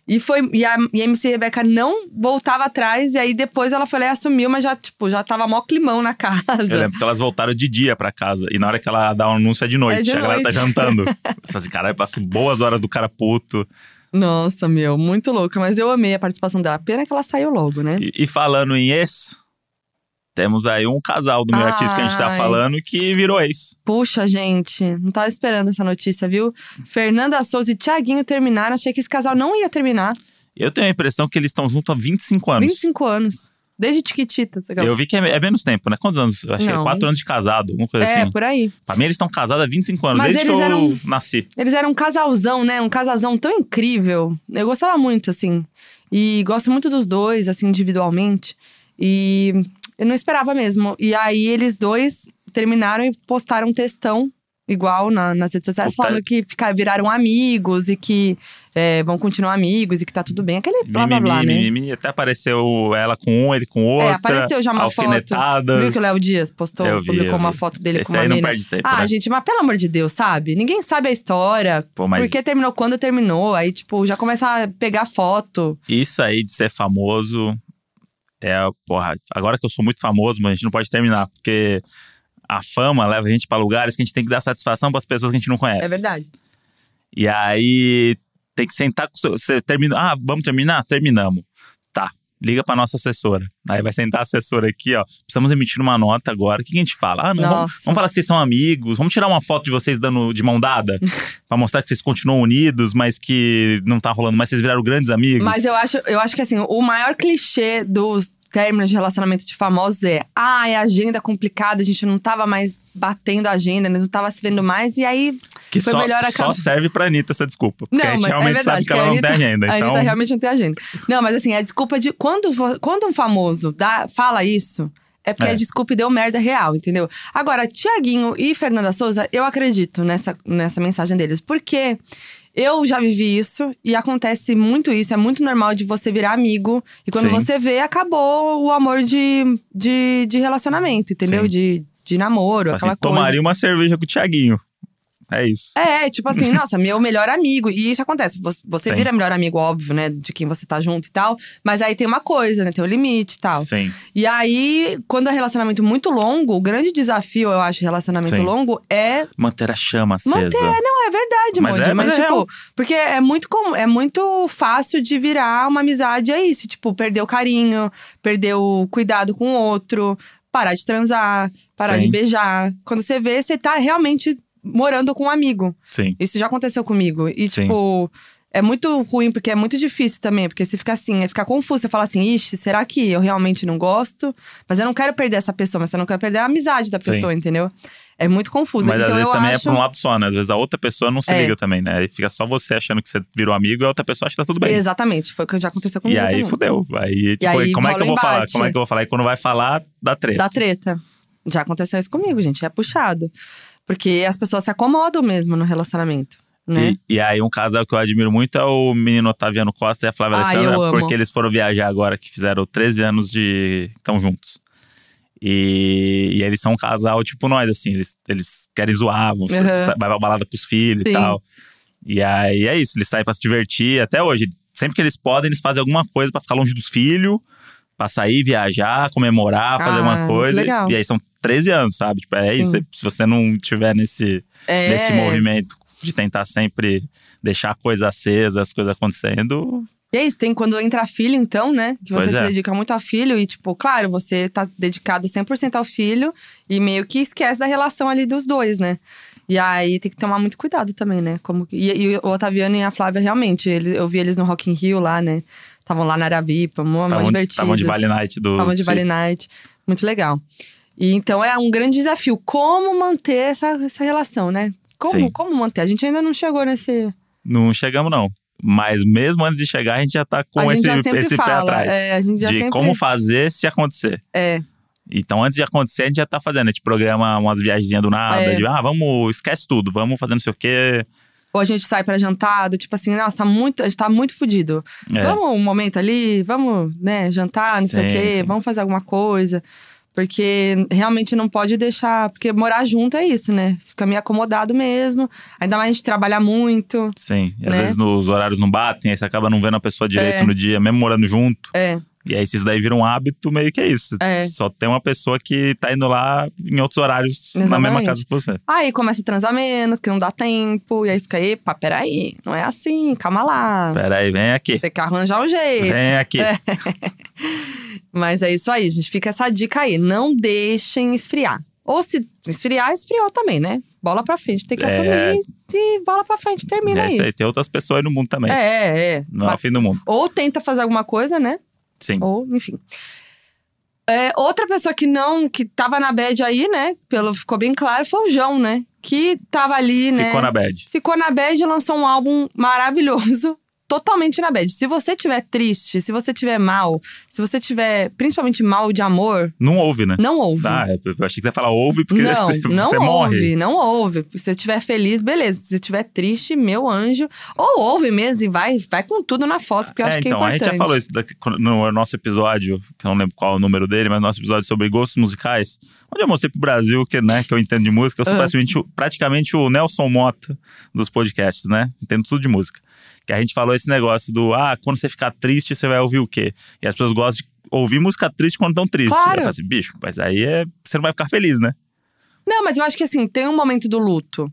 Speaker 2: E foi. E a, e a MC Rebeca não voltava atrás, e aí depois ela foi lá e assumiu, mas já, tipo, já tava mó climão na
Speaker 3: Eu
Speaker 2: casa.
Speaker 3: lembro que elas voltaram de dia pra casa. E na hora que ela dá o anúncio é de noite.
Speaker 2: de
Speaker 3: a galera tá
Speaker 2: noite.
Speaker 3: jantando. Você fala assim, caralho, passo boas horas do cara puto.
Speaker 2: Nossa, meu, muito louca, mas eu amei a participação dela. Pena que ela saiu logo, né?
Speaker 3: E, e falando em ex, temos aí um casal do meio artístico que a gente tá
Speaker 2: Ai.
Speaker 3: falando que virou ex.
Speaker 2: Puxa, gente, não tava esperando essa notícia, viu? Fernanda Souza e Tiaguinho terminaram. Achei que esse casal não ia terminar.
Speaker 3: Eu tenho a impressão que eles estão juntos há 25 anos.
Speaker 2: 25 anos. Desde Tiquititas. aquela-
Speaker 3: Eu vi que é, é menos tempo, né? Quantos anos? Eu acho que é
Speaker 2: Não.
Speaker 3: 4 anos de casado, alguma coisa
Speaker 2: É,
Speaker 3: assim.
Speaker 2: por aí.
Speaker 3: Pra mim, eles estão casados há 25 anos,
Speaker 2: Mas
Speaker 3: desde que
Speaker 2: eles
Speaker 3: eu
Speaker 2: eram-
Speaker 3: nasci.
Speaker 2: Eles eram um casalzão, né? Um casalzão tão incrível. Eu gostava muito, assim. E gosto muito dos dois, assim, individualmente. E eu não esperava mesmo. E aí eles dois terminaram e postaram um textão igual na- nas redes sociais,
Speaker 3: Puta-
Speaker 2: falando que ficar, viraram amigos e que é, vão continuar amigos e que tá tudo bem. Aquele blá
Speaker 3: Mimimi,
Speaker 2: blá blá, né?
Speaker 3: mimimi. Até apareceu ela com um, ele com outro.
Speaker 2: É, apareceu já uma foto.
Speaker 3: alfinetadas.
Speaker 2: Viu que o Léo Dias postou,
Speaker 3: Eu vi, eu
Speaker 2: publicou uma
Speaker 3: vi.
Speaker 2: foto dele
Speaker 3: Esse
Speaker 2: com uma
Speaker 3: aí não
Speaker 2: mina.
Speaker 3: perde tempo,
Speaker 2: Ah,
Speaker 3: né?
Speaker 2: gente, mas pelo amor de Deus, sabe? Ninguém sabe a história,
Speaker 3: Pô, mas
Speaker 2: Porque terminou quando terminou, aí, tipo, já começa a pegar foto.
Speaker 3: isso aí de ser famoso é, porra, agora que eu sou muito famoso, mas a gente não pode terminar, porque a fama leva a gente pra lugares que a gente tem que dar satisfação pras pessoas que a gente não conhece.
Speaker 2: É verdade.
Speaker 3: E aí tem que sentar com o seu. Você termina. Ah, vamos terminar? Terminamos. Tá. Liga pra nossa assessora. Aí vai sentar a assessora aqui, ó. Precisamos emitir uma nota agora. O que que a gente fala? Ah, não. Vamos,
Speaker 2: Nossa.
Speaker 3: vamos falar que vocês são amigos. Vamos tirar uma foto de vocês dando de mão dada. pra mostrar que vocês continuam unidos, mas que não tá rolando mais. Vocês viraram grandes amigos.
Speaker 2: Mas eu acho, eu acho que, assim, o maior clichê dos términos de relacionamento de famosos é ah, é agenda complicada, a gente não tava mais batendo a agenda, né, não tava se vendo mais. E aí,
Speaker 3: que
Speaker 2: foi
Speaker 3: só,
Speaker 2: melhor
Speaker 3: só
Speaker 2: acabar.
Speaker 3: serve pra Anitta essa desculpa. Porque
Speaker 2: Não,
Speaker 3: a gente
Speaker 2: mas é
Speaker 3: realmente sabe
Speaker 2: verdade,
Speaker 3: que
Speaker 2: que
Speaker 3: ela
Speaker 2: a
Speaker 3: não tem agenda.
Speaker 2: a
Speaker 3: Então,
Speaker 2: Anitta realmente não tem agenda. Não, mas assim, é a desculpa de… Quando, vo- quando um famoso dá, fala isso… É porque
Speaker 3: É.
Speaker 2: é. desculpa e deu merda real, entendeu? Agora, Tiaguinho e Fernanda Souza, eu acredito nessa, nessa mensagem deles. Porque eu já vivi isso e acontece muito isso. É muito normal de você virar amigo. E quando
Speaker 3: Sim.
Speaker 2: você vê, acabou o amor de, de, de relacionamento, entendeu?
Speaker 3: Sim.
Speaker 2: De, de namoro,
Speaker 3: assim,
Speaker 2: aquela coisa.
Speaker 3: tomaria uma cerveja com o Thiaguinho. É isso.
Speaker 2: É, tipo assim, nossa, meu melhor amigo. E isso acontece. vo- Você
Speaker 3: Sim.
Speaker 2: vira melhor amigo, óbvio, né? De quem você tá junto e tal. Mas aí tem uma coisa, né? Tem o limite e tal.
Speaker 3: Sim.
Speaker 2: E aí, quando é relacionamento muito longo, o grande desafio, eu acho, de relacionamento
Speaker 3: Sim.
Speaker 2: longo é.
Speaker 3: Manter a chama acesa.
Speaker 2: Manter, Não, é verdade,
Speaker 3: Mas
Speaker 2: mas
Speaker 3: é, mas
Speaker 2: mas,
Speaker 3: é
Speaker 2: tipo,
Speaker 3: real.
Speaker 2: porque é muito comum, é muito fácil de virar uma amizade, é isso. Tipo, perder o carinho, perder o cuidado com o outro, parar de transar, parar
Speaker 3: Sim.
Speaker 2: de beijar. Quando você vê, você tá realmente morando com um amigo.
Speaker 3: Sim.
Speaker 2: Isso já aconteceu comigo. E,
Speaker 3: Sim.
Speaker 2: tipo, é muito ruim, porque é muito difícil também. Porque você fica assim, é ficar confuso. Você fala assim, ixi, será que eu realmente não gosto? Mas eu não quero perder essa pessoa, mas eu não quero perder a amizade da
Speaker 3: Sim.
Speaker 2: pessoa, entendeu? É muito confuso.
Speaker 3: Mas
Speaker 2: então
Speaker 3: às vezes
Speaker 2: eu
Speaker 3: também é
Speaker 2: acho.
Speaker 3: por um lado só, né? Às vezes a outra pessoa não se
Speaker 2: É.
Speaker 3: liga também, né? Aí fica só você achando que você virou amigo e a outra pessoa acha que tá tudo bem.
Speaker 2: Exatamente, foi o que já aconteceu
Speaker 3: E
Speaker 2: comigo.
Speaker 3: aí
Speaker 2: também.
Speaker 3: fudeu. Aí, tipo,
Speaker 2: aí
Speaker 3: como é que eu
Speaker 2: rola
Speaker 3: vou
Speaker 2: o
Speaker 3: falar?
Speaker 2: embate.
Speaker 3: Como é que eu vou falar? E quando vai falar, dá treta.
Speaker 2: Da treta. Já aconteceu isso comigo, gente. É puxado. Porque as pessoas se acomodam mesmo no relacionamento. Né?
Speaker 3: E, e aí, um casal que eu admiro muito é o menino Otaviano Costa e a Flávia
Speaker 2: Ai,
Speaker 3: Alessandra,
Speaker 2: Ah, eu amo.
Speaker 3: porque eles foram viajar agora, que fizeram 13 anos de. estão juntos. E, e eles são um casal tipo nós, assim, eles, eles querem zoar, vão,
Speaker 2: Uhum.
Speaker 3: sa- vai pra balada com os filhos e
Speaker 2: Sim.
Speaker 3: tal. E aí é isso, eles saem pra se divertir até hoje. Sempre que eles podem, eles fazem alguma coisa pra ficar longe dos filhos, pra sair, viajar, comemorar, fazer
Speaker 2: Ah,
Speaker 3: alguma
Speaker 2: muito
Speaker 3: coisa.
Speaker 2: legal.
Speaker 3: E aí são 13 anos, sabe? Tipo, é isso.
Speaker 2: Sim.
Speaker 3: Se você não tiver nesse
Speaker 2: É,
Speaker 3: nesse movimento de tentar sempre deixar a coisa acesa, as coisas acontecendo.
Speaker 2: E é isso, tem quando entra filho, então, né? Que você
Speaker 3: Pois
Speaker 2: se
Speaker 3: é.
Speaker 2: dedica muito ao filho e, tipo, claro, você tá dedicado 100% ao filho e meio que esquece da relação ali dos dois, né? E aí tem que tomar muito cuidado também, né? Como, que- e, e o Otaviano e a Flávia, realmente, eles- eu vi eles no Rock in Rio lá, né? Estavam lá na Arabipa, mó, mó
Speaker 3: Estavam
Speaker 2: divertidos. Tá
Speaker 3: estavam de Vale tá Night do.
Speaker 2: Estavam de Vale Night. Muito legal. E então é um grande desafio. Como manter essa, essa relação, né? Como,
Speaker 3: Sim.
Speaker 2: como manter? A gente ainda não chegou nesse.
Speaker 3: Não chegamos, não. Mas mesmo antes de chegar, a gente já tá com
Speaker 2: a
Speaker 3: esse,
Speaker 2: gente já sempre
Speaker 3: esse pé
Speaker 2: fala.
Speaker 3: atrás.
Speaker 2: É, a gente já
Speaker 3: de
Speaker 2: sempre.
Speaker 3: como fazer se acontecer.
Speaker 2: É.
Speaker 3: Então, antes de acontecer, a gente já tá fazendo. A gente programa umas viagenzinhas do nada.
Speaker 2: É.
Speaker 3: De, ah, vamos, esquece tudo. Vamos fazer não sei o quê.
Speaker 2: Ou a gente sai pra jantar, do tipo assim, nossa, tá muito, a gente tá muito fudido.
Speaker 3: É.
Speaker 2: Vamos um momento ali, vamos, né, jantar, não sei o
Speaker 3: Sim,
Speaker 2: quê,
Speaker 3: sim.
Speaker 2: vamos fazer alguma coisa. Porque realmente não pode deixar. Porque morar junto é isso, né? Você Fica meio acomodado mesmo. Ainda mais a gente trabalha muito.
Speaker 3: Sim. E às
Speaker 2: Né?
Speaker 3: vezes nos horários não batem, aí você acaba não vendo a pessoa direito
Speaker 2: É.
Speaker 3: no dia, mesmo morando junto.
Speaker 2: É,
Speaker 3: E aí, se isso daí vira um hábito, meio que é isso.
Speaker 2: é.
Speaker 3: Só tem uma pessoa que tá indo lá em outros horários na mesma
Speaker 2: Exatamente.
Speaker 3: casa que você.
Speaker 2: Aí começa a transar menos, que não dá tempo. E aí fica, epa, peraí, não é assim, calma lá.
Speaker 3: Pera aí, vem aqui.
Speaker 2: Tem que arranjar um jeito.
Speaker 3: Vem aqui.
Speaker 2: Mas é isso aí, gente. Fica essa dica aí. Não deixem esfriar. Ou se esfriar, esfriou também, né? Bola pra frente. Tem que
Speaker 3: É.
Speaker 2: assumir e bola pra frente. Termina
Speaker 3: É
Speaker 2: aí.
Speaker 3: isso aí. Tem outras pessoas aí no mundo também.
Speaker 2: É, é, é.
Speaker 3: Não é o
Speaker 2: Mas-
Speaker 3: fim do mundo.
Speaker 2: Ou tenta fazer alguma coisa, né?
Speaker 3: Sim.
Speaker 2: Ou, enfim. É, outra pessoa que não, que tava na bad aí, né? Pelo, ficou bem claro, foi o João, né? Que tava ali, né?
Speaker 3: Ficou na bad.
Speaker 2: Ficou na bad e lançou um álbum maravilhoso, totalmente na bad. Se você tiver triste, se você tiver mal, se você tiver principalmente mal de amor,
Speaker 3: Não ouve, né?
Speaker 2: não ouve.
Speaker 3: Ah, eu achei que você ia falar ouve, porque
Speaker 2: não,
Speaker 3: você,
Speaker 2: não
Speaker 3: você
Speaker 2: ouve,
Speaker 3: morre.
Speaker 2: não ouve. Se você estiver feliz, beleza. Se você estiver triste, meu anjo. Ou ouve mesmo e vai, vai com tudo na fossa, porque eu acho
Speaker 3: é,
Speaker 2: que é
Speaker 3: então, a
Speaker 2: importante.
Speaker 3: gente já falou isso daqui- no nosso episódio, que eu não lembro qual é o número dele, mas nosso episódio sobre gostos musicais, onde eu mostrei pro Brasil que, né, que eu entendo de música, eu sou
Speaker 2: Ah.
Speaker 3: praticamente, o- praticamente o Nelson Mota dos podcasts, né? Entendo tudo de música. Que a gente falou esse negócio do, ah, quando você ficar triste, você vai ouvir o quê? E as pessoas gostam de ouvir música triste quando estão tristes.
Speaker 2: Claro.
Speaker 3: Eu falo assim, bicho, mas aí é- você não vai ficar feliz, né?
Speaker 2: Não, mas eu acho que assim, tem um momento do luto.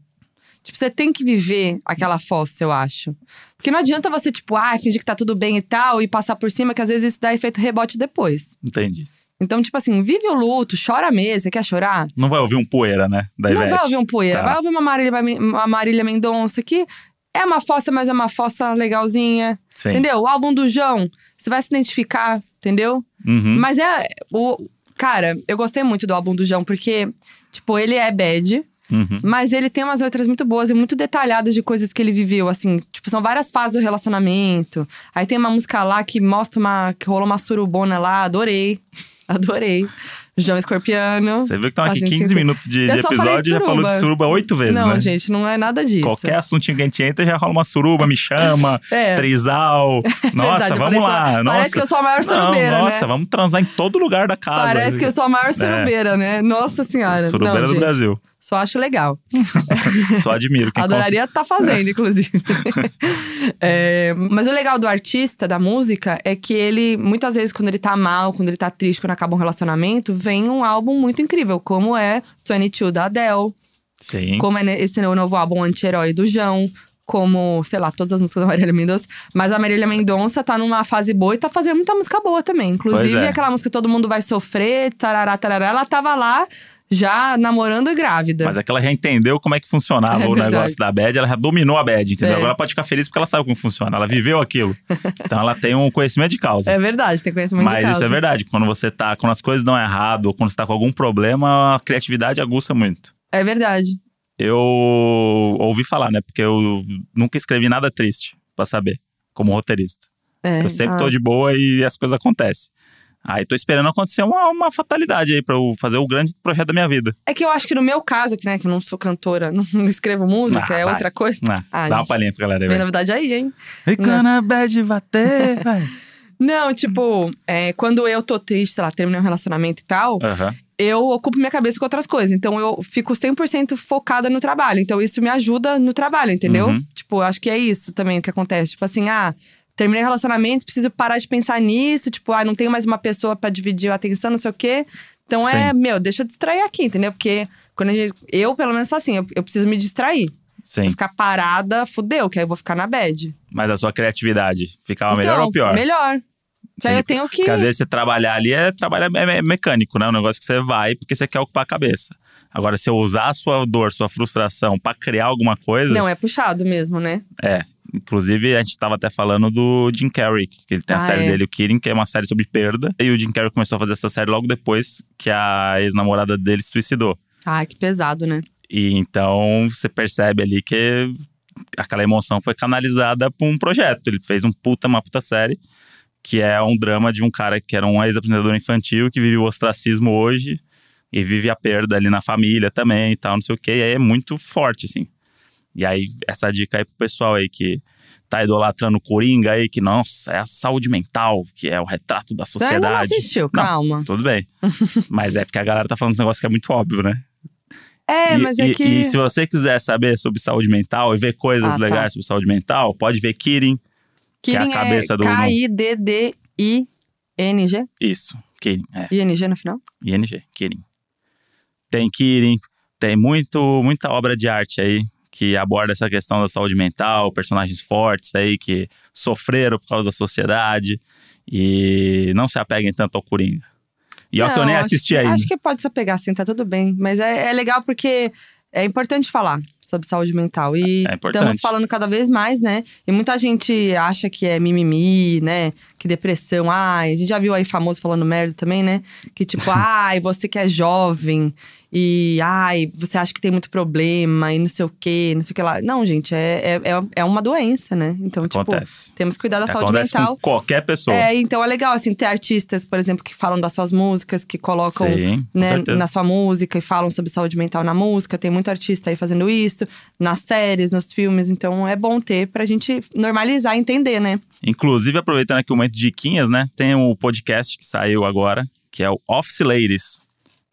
Speaker 2: Tipo, você tem que viver aquela fossa, eu acho. Porque não adianta você, tipo, ah, fingir que tá tudo bem e tal, e passar por cima, que às vezes isso dá efeito rebote depois.
Speaker 3: Entendi.
Speaker 2: Então, tipo assim, vive o luto, chora mesmo, você quer chorar?
Speaker 3: Não vai ouvir um poeira, né? Da
Speaker 2: Não
Speaker 3: Ivete.
Speaker 2: vai ouvir um poeira,
Speaker 3: Tá.
Speaker 2: vai ouvir uma Marília, uma Marília Mendonça, que é uma fossa, mas é uma fossa legalzinha.
Speaker 3: Sim.
Speaker 2: Entendeu? O álbum do João, você vai se identificar, entendeu?
Speaker 3: Uhum.
Speaker 2: Mas é. O, cara, eu gostei muito do álbum do João, porque, tipo, ele é bad,
Speaker 3: Uhum.
Speaker 2: mas ele tem umas letras muito boas e muito detalhadas de coisas que ele viveu, assim. Tipo, são várias fases do relacionamento. Aí tem uma música lá que mostra uma. que rolou uma surubona lá, adorei. Adorei. João Escorpiano.
Speaker 3: Você viu que estão aqui
Speaker 2: A gente
Speaker 3: 15
Speaker 2: sempre-
Speaker 3: minutos de,
Speaker 2: Eu
Speaker 3: de
Speaker 2: só falei de
Speaker 3: episódio e já falou
Speaker 2: suruba.
Speaker 3: de suruba oito vezes,
Speaker 2: Não,
Speaker 3: né?
Speaker 2: gente, não é nada disso.
Speaker 3: Qualquer assuntinho que a gente entra já rola uma suruba, me chama,
Speaker 2: É.
Speaker 3: trisal. Nossa,
Speaker 2: Verdade, eu
Speaker 3: vamos
Speaker 2: falei
Speaker 3: lá.
Speaker 2: só-
Speaker 3: Nossa.
Speaker 2: Parece que eu sou a
Speaker 3: Não,
Speaker 2: maior surubeira, né?
Speaker 3: nossa, vamos transar em todo lugar da casa.
Speaker 2: Parece que eu sou a maior surubeira, né? Nossa senhora.
Speaker 3: Surubeira
Speaker 2: não,
Speaker 3: É. do
Speaker 2: gente,
Speaker 3: Brasil.
Speaker 2: Só acho legal.
Speaker 3: Só admiro. Quem
Speaker 2: Adoraria estar fazendo, inclusive. É, mas o legal do artista, da música, é que ele, muitas vezes, quando ele tá mal, quando ele tá triste, quando acaba um relacionamento, vem um álbum muito incrível, como é 22 da Adele,
Speaker 3: cons- Sim.
Speaker 2: como é ne- esse novo álbum anti-herói do João. Como, sei lá, todas as músicas da Marília Mendonça. Mas a Marília Mendonça tá numa fase boa e tá fazendo muita música boa também. Inclusive,
Speaker 3: Pois é.
Speaker 2: aquela música Todo Mundo Vai Sofrer, tarará, tarará, ela tava lá já namorando e grávida.
Speaker 3: Mas aquela já entendeu como é que funcionava
Speaker 2: É
Speaker 3: o
Speaker 2: verdade.
Speaker 3: negócio da bad, ela já dominou a bad, entendeu?
Speaker 2: É.
Speaker 3: Agora ela pode ficar feliz porque ela sabe como funciona, ela viveu aquilo. então ela tem um conhecimento de causa.
Speaker 2: É verdade, tem conhecimento de
Speaker 3: Mas
Speaker 2: causa.
Speaker 3: isso é verdade, quando você tá, quando as coisas dão errado, ou quando você tá com algum problema, a criatividade aguça muito.
Speaker 2: É verdade.
Speaker 3: Eu ouvi falar, né? Porque eu nunca escrevi nada triste, pra saber, como roteirista.
Speaker 2: É,
Speaker 3: Eu sempre
Speaker 2: ah,
Speaker 3: tô de boa e as coisas acontecem. Aí tô esperando acontecer uma, uma fatalidade aí pra eu fazer o grande projeto da minha vida.
Speaker 2: É que eu acho que no meu caso, que, né, que eu não sou cantora, não escrevo música,
Speaker 3: Ah,
Speaker 2: é
Speaker 3: vai.
Speaker 2: outra coisa.
Speaker 3: Ah,
Speaker 2: Ah,
Speaker 3: dá uma
Speaker 2: gente.
Speaker 3: palhinha pra galera aí,
Speaker 2: Vem
Speaker 3: vai.
Speaker 2: novidade aí, hein?
Speaker 3: E quando a né? bad bater, vai.
Speaker 2: Não, tipo, é, quando eu tô triste, sei lá, terminei um relacionamento e tal,
Speaker 3: Aham.
Speaker 2: eu ocupo minha cabeça com outras coisas. Então eu fico 100% focada no trabalho. Então isso me ajuda no trabalho, entendeu?
Speaker 3: Uhum.
Speaker 2: Tipo, eu acho que é isso também o que acontece. Tipo assim, ah, terminei o relacionamento, preciso parar de pensar nisso. Tipo, ah, não tenho mais uma pessoa pra dividir a atenção, não sei o quê. Então é, meu, deixa eu distrair aqui, entendeu? Porque quando a gente, eu, pelo menos, sou assim, eu, eu preciso me distrair. Se eu
Speaker 3: Sim.
Speaker 2: ficar parada, fudeu, que aí eu vou ficar na bad.
Speaker 3: Mas a sua criatividade ficava
Speaker 2: então,
Speaker 3: Ah, melhor ou pior?
Speaker 2: Melhor. Porque aí eu tenho que.
Speaker 3: Porque às vezes você trabalhar ali é trabalho é me- mecânico, né? Um negócio que você vai porque você quer ocupar a cabeça. Agora, se eu usar a sua dor, sua frustração pra criar alguma coisa,
Speaker 2: Não, é puxado mesmo, né?
Speaker 3: Inclusive, a gente tava até falando do Jim Carrey, que ele tem a
Speaker 2: Ah,
Speaker 3: série
Speaker 2: é.
Speaker 3: dele, o Killing, que é uma série sobre perda. E o Jim Carrey começou a fazer essa série logo depois que a ex-namorada dele se suicidou.
Speaker 2: Ai, que pesado, né?
Speaker 3: E então você percebe ali que aquela emoção foi canalizada para um projeto. Ele fez um puta, uma puta série, que é um drama de um cara que era um ex-apresentador infantil que vive o ostracismo hoje e vive a perda ali na família também e tal, não sei o quê. E aí é muito forte, assim. E aí, essa dica aí pro pessoal aí que tá idolatrando o Coringa aí, que, nossa, é a saúde mental, que é o retrato da
Speaker 2: Ainda não
Speaker 3: sociedade.
Speaker 2: assistiu, calma.
Speaker 3: Tudo bem. Mas é porque a galera tá falando um negócio que é muito óbvio, né?
Speaker 2: É,
Speaker 3: e,
Speaker 2: mas é
Speaker 3: e-
Speaker 2: que.
Speaker 3: e se você quiser saber sobre saúde mental e ver coisas
Speaker 2: Ah, tá.
Speaker 3: legais sobre saúde mental, pode ver Kirin. que é a
Speaker 2: Kirin
Speaker 3: cabeça do-
Speaker 2: K-I-D-D-I-N-G.
Speaker 3: Isso, Kirin, é.
Speaker 2: I-N-G no final?
Speaker 3: ING, Kirin. Tem Kirin, tem muito, muita obra de arte aí que aborda essa questão da saúde mental, personagens fortes aí que sofreram por causa da sociedade e não se apeguem tanto ao Coringa. E ó, que eu
Speaker 2: Não,
Speaker 3: nem
Speaker 2: acho
Speaker 3: assisti
Speaker 2: que-
Speaker 3: ainda.
Speaker 2: Acho que pode se apegar, sim, tá tudo bem. Mas é, é legal porque é importante falar sobre saúde mental. E
Speaker 3: É importante.
Speaker 2: estamos falando cada vez mais, né? E muita gente acha que é mimimi, né? Que depressão. Ai, a gente já viu aí famoso falando merda também, né? Que tipo, ai, você que é jovem. E, ai, você acha que tem muito problema e não sei o quê, não sei o que lá. Não, gente, é, é, é- é uma doença, né? Então, tipo,
Speaker 3: Acontece.
Speaker 2: temos que cuidar da saúde
Speaker 3: Acontece
Speaker 2: mental.
Speaker 3: com qualquer pessoa.
Speaker 2: É, então é legal, assim, ter artistas, por exemplo, que falam das suas músicas, que colocam
Speaker 3: Sim, com
Speaker 2: né,
Speaker 3: certeza.
Speaker 2: na sua música e falam sobre saúde mental na música. Tem muito artista aí fazendo isso, nas séries, nos filmes. Então é bom ter pra gente normalizar e entender, né?
Speaker 3: Inclusive, aproveitando aqui o momento de diquinhas, né? Tem um podcast que saiu agora, que é o Office Ladies,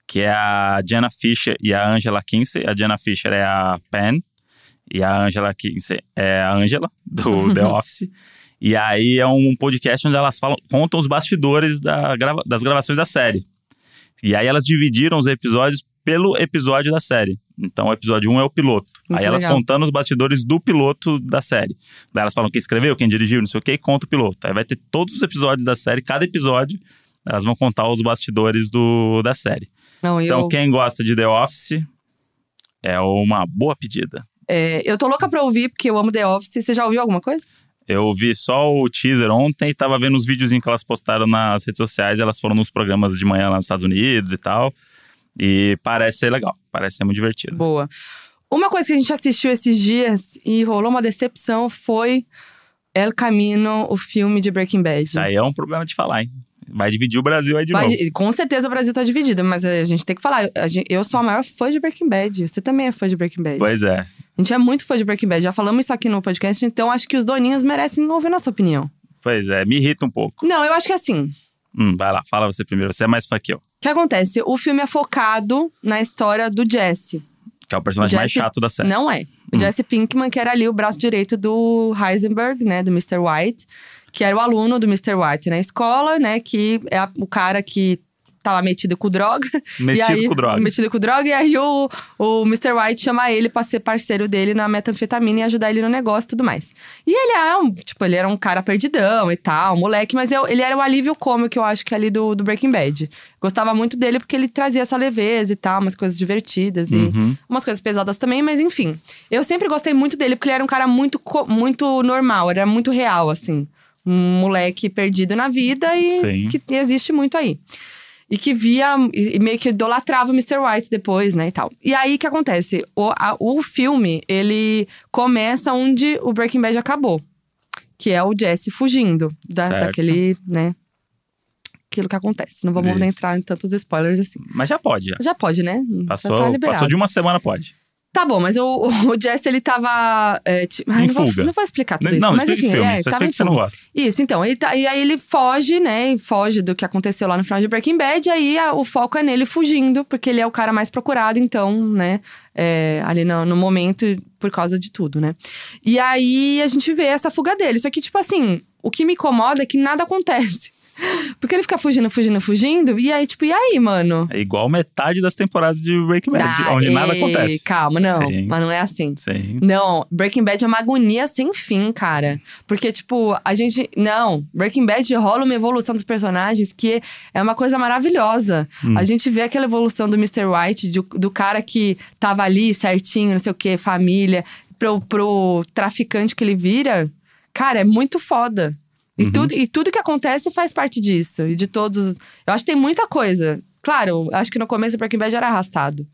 Speaker 3: que é a Jenna Fischer e a Angela Kinsey. A Jenna Fischer é a Pen e a Angela Kinsey é a Angela, do The Office. E aí é um podcast onde elas falam, contam os bastidores da grava- das gravações da série. E aí elas dividiram os episódios pelo episódio da série. Então, o episódio 1 é o piloto.
Speaker 2: Muito
Speaker 3: aí elas
Speaker 2: legal.
Speaker 3: contando os bastidores do piloto da série. Daí elas falam quem escreveu, quem dirigiu, não sei o que, e conta o piloto. Aí vai ter todos os episódios da série, cada episódio, elas vão contar os bastidores do, da série.
Speaker 2: Não, eu,
Speaker 3: Então, quem gosta de The Office, é uma boa pedida.
Speaker 2: é, eu tô louca pra ouvir, porque eu amo The Office. Você já ouviu alguma coisa?
Speaker 3: Eu vi só o teaser ontem e tava vendo os videozinhos que elas postaram nas redes sociais. Elas foram nos programas de manhã lá nos Estados Unidos e tal. E parece ser legal, parece ser muito divertido.
Speaker 2: Boa. Uma coisa que a gente assistiu esses dias e rolou uma decepção foi El Camino, o filme de Breaking Bad.
Speaker 3: Isso aí é um problema de falar, hein? Vai dividir o Brasil aí de
Speaker 2: Mas,
Speaker 3: novo.
Speaker 2: com certeza o Brasil tá dividido, mas a gente tem que falar. A gente- eu sou a maior fã de Breaking Bad. Você também é fã de Breaking Bad.
Speaker 3: Pois é.
Speaker 2: A gente é muito fã de Breaking Bad. Já falamos isso aqui no podcast, então acho que os doninhos merecem ouvir nossa opinião.
Speaker 3: Pois é, me irrita um pouco.
Speaker 2: Não, eu acho que é assim.
Speaker 3: Hum, vai lá, fala você primeiro. Você é mais fã que eu,
Speaker 2: O que acontece? O filme é focado na história do Jesse.
Speaker 3: que é o personagem mais
Speaker 2: Jesse-
Speaker 3: chato da série.
Speaker 2: Não é. O
Speaker 3: Hum.
Speaker 2: Jesse Pinkman, que era ali o braço direito do Heisenberg, né? Do Mr. White. Que era o aluno do Mr. White na escola, né? Que é a- o cara que tava metido com droga. E
Speaker 3: Metido
Speaker 2: aí-
Speaker 3: com droga.
Speaker 2: Metido com droga. E aí o, o Mr. White chama ele pra ser parceiro dele na metanfetamina e ajudar ele no negócio e tudo mais. E ele é um, tipo, ele era um cara perdidão e tal, um moleque, mas eu- ele era um alívio cômico, eu acho que ali do, do Breaking Bad. Gostava muito dele porque ele trazia essa leveza e tal, umas coisas divertidas e
Speaker 3: Uhum.
Speaker 2: umas coisas pesadas também, mas enfim. Eu sempre gostei muito dele porque ele era um cara muito, co- muito normal, era muito real, assim. Um moleque perdido na vida e
Speaker 3: Sim.
Speaker 2: que existe muito aí. E que via, e e meio que idolatrava o Mr. White depois, né, e tal. E aí, o que acontece? O, a- o filme, ele começa onde o Breaking Bad acabou. Que é o Jesse fugindo da,
Speaker 3: Certo.
Speaker 2: daquele, né, aquilo que acontece. Não vamos
Speaker 3: Isso.
Speaker 2: entrar em tantos spoilers assim.
Speaker 3: Mas já pode, já.
Speaker 2: Já pode, né? já tá
Speaker 3: Passou,
Speaker 2: liberado.
Speaker 3: passou de uma semana, pode.
Speaker 2: Tá bom, mas o, o Jesse, ele tava. é, ti- Ai,
Speaker 3: Em
Speaker 2: não,
Speaker 3: fuga. Né,
Speaker 2: Vou, não vou explicar Tá tudo isso.
Speaker 3: não,
Speaker 2: mas
Speaker 3: explica
Speaker 2: enfim,
Speaker 3: o filme.
Speaker 2: é,
Speaker 3: só
Speaker 2: tava
Speaker 3: explica
Speaker 2: em
Speaker 3: que você não
Speaker 2: fuga.
Speaker 3: gosta.
Speaker 2: Isso, então. ele tá- e aí ele foge, né? e Foge do que aconteceu lá no final de Breaking Bad. E aí a- o foco é nele fugindo, porque ele é o cara mais procurado, então, né? é, ali no, no momento, por causa de tudo, né? E aí a gente vê essa fuga dele. Só que, tipo assim, o que me incomoda é que nada acontece. Porque ele fica fugindo, fugindo, fugindo. E aí, tipo, e aí, mano?
Speaker 3: É igual metade das temporadas de Breaking Bad,
Speaker 2: Ah,
Speaker 3: onde nada
Speaker 2: ei,
Speaker 3: acontece.
Speaker 2: Calma, não.
Speaker 3: Sim.
Speaker 2: Mas não é assim.
Speaker 3: Sim.
Speaker 2: Não, Breaking Bad é uma agonia sem fim, cara. Porque, tipo, a gente. Não, Breaking Bad rola uma evolução dos personagens que é uma coisa maravilhosa. A gente vê aquela evolução do Mr. White, de- do cara que tava ali certinho, não sei o quê, família, pro, pro traficante que ele vira, cara, é muito foda. E,
Speaker 3: Uhum.
Speaker 2: tudo, e tudo que acontece faz parte disso. E de todos. os- Eu acho que tem muita coisa. Claro, acho que no começo o Breaking Bad era arrastado.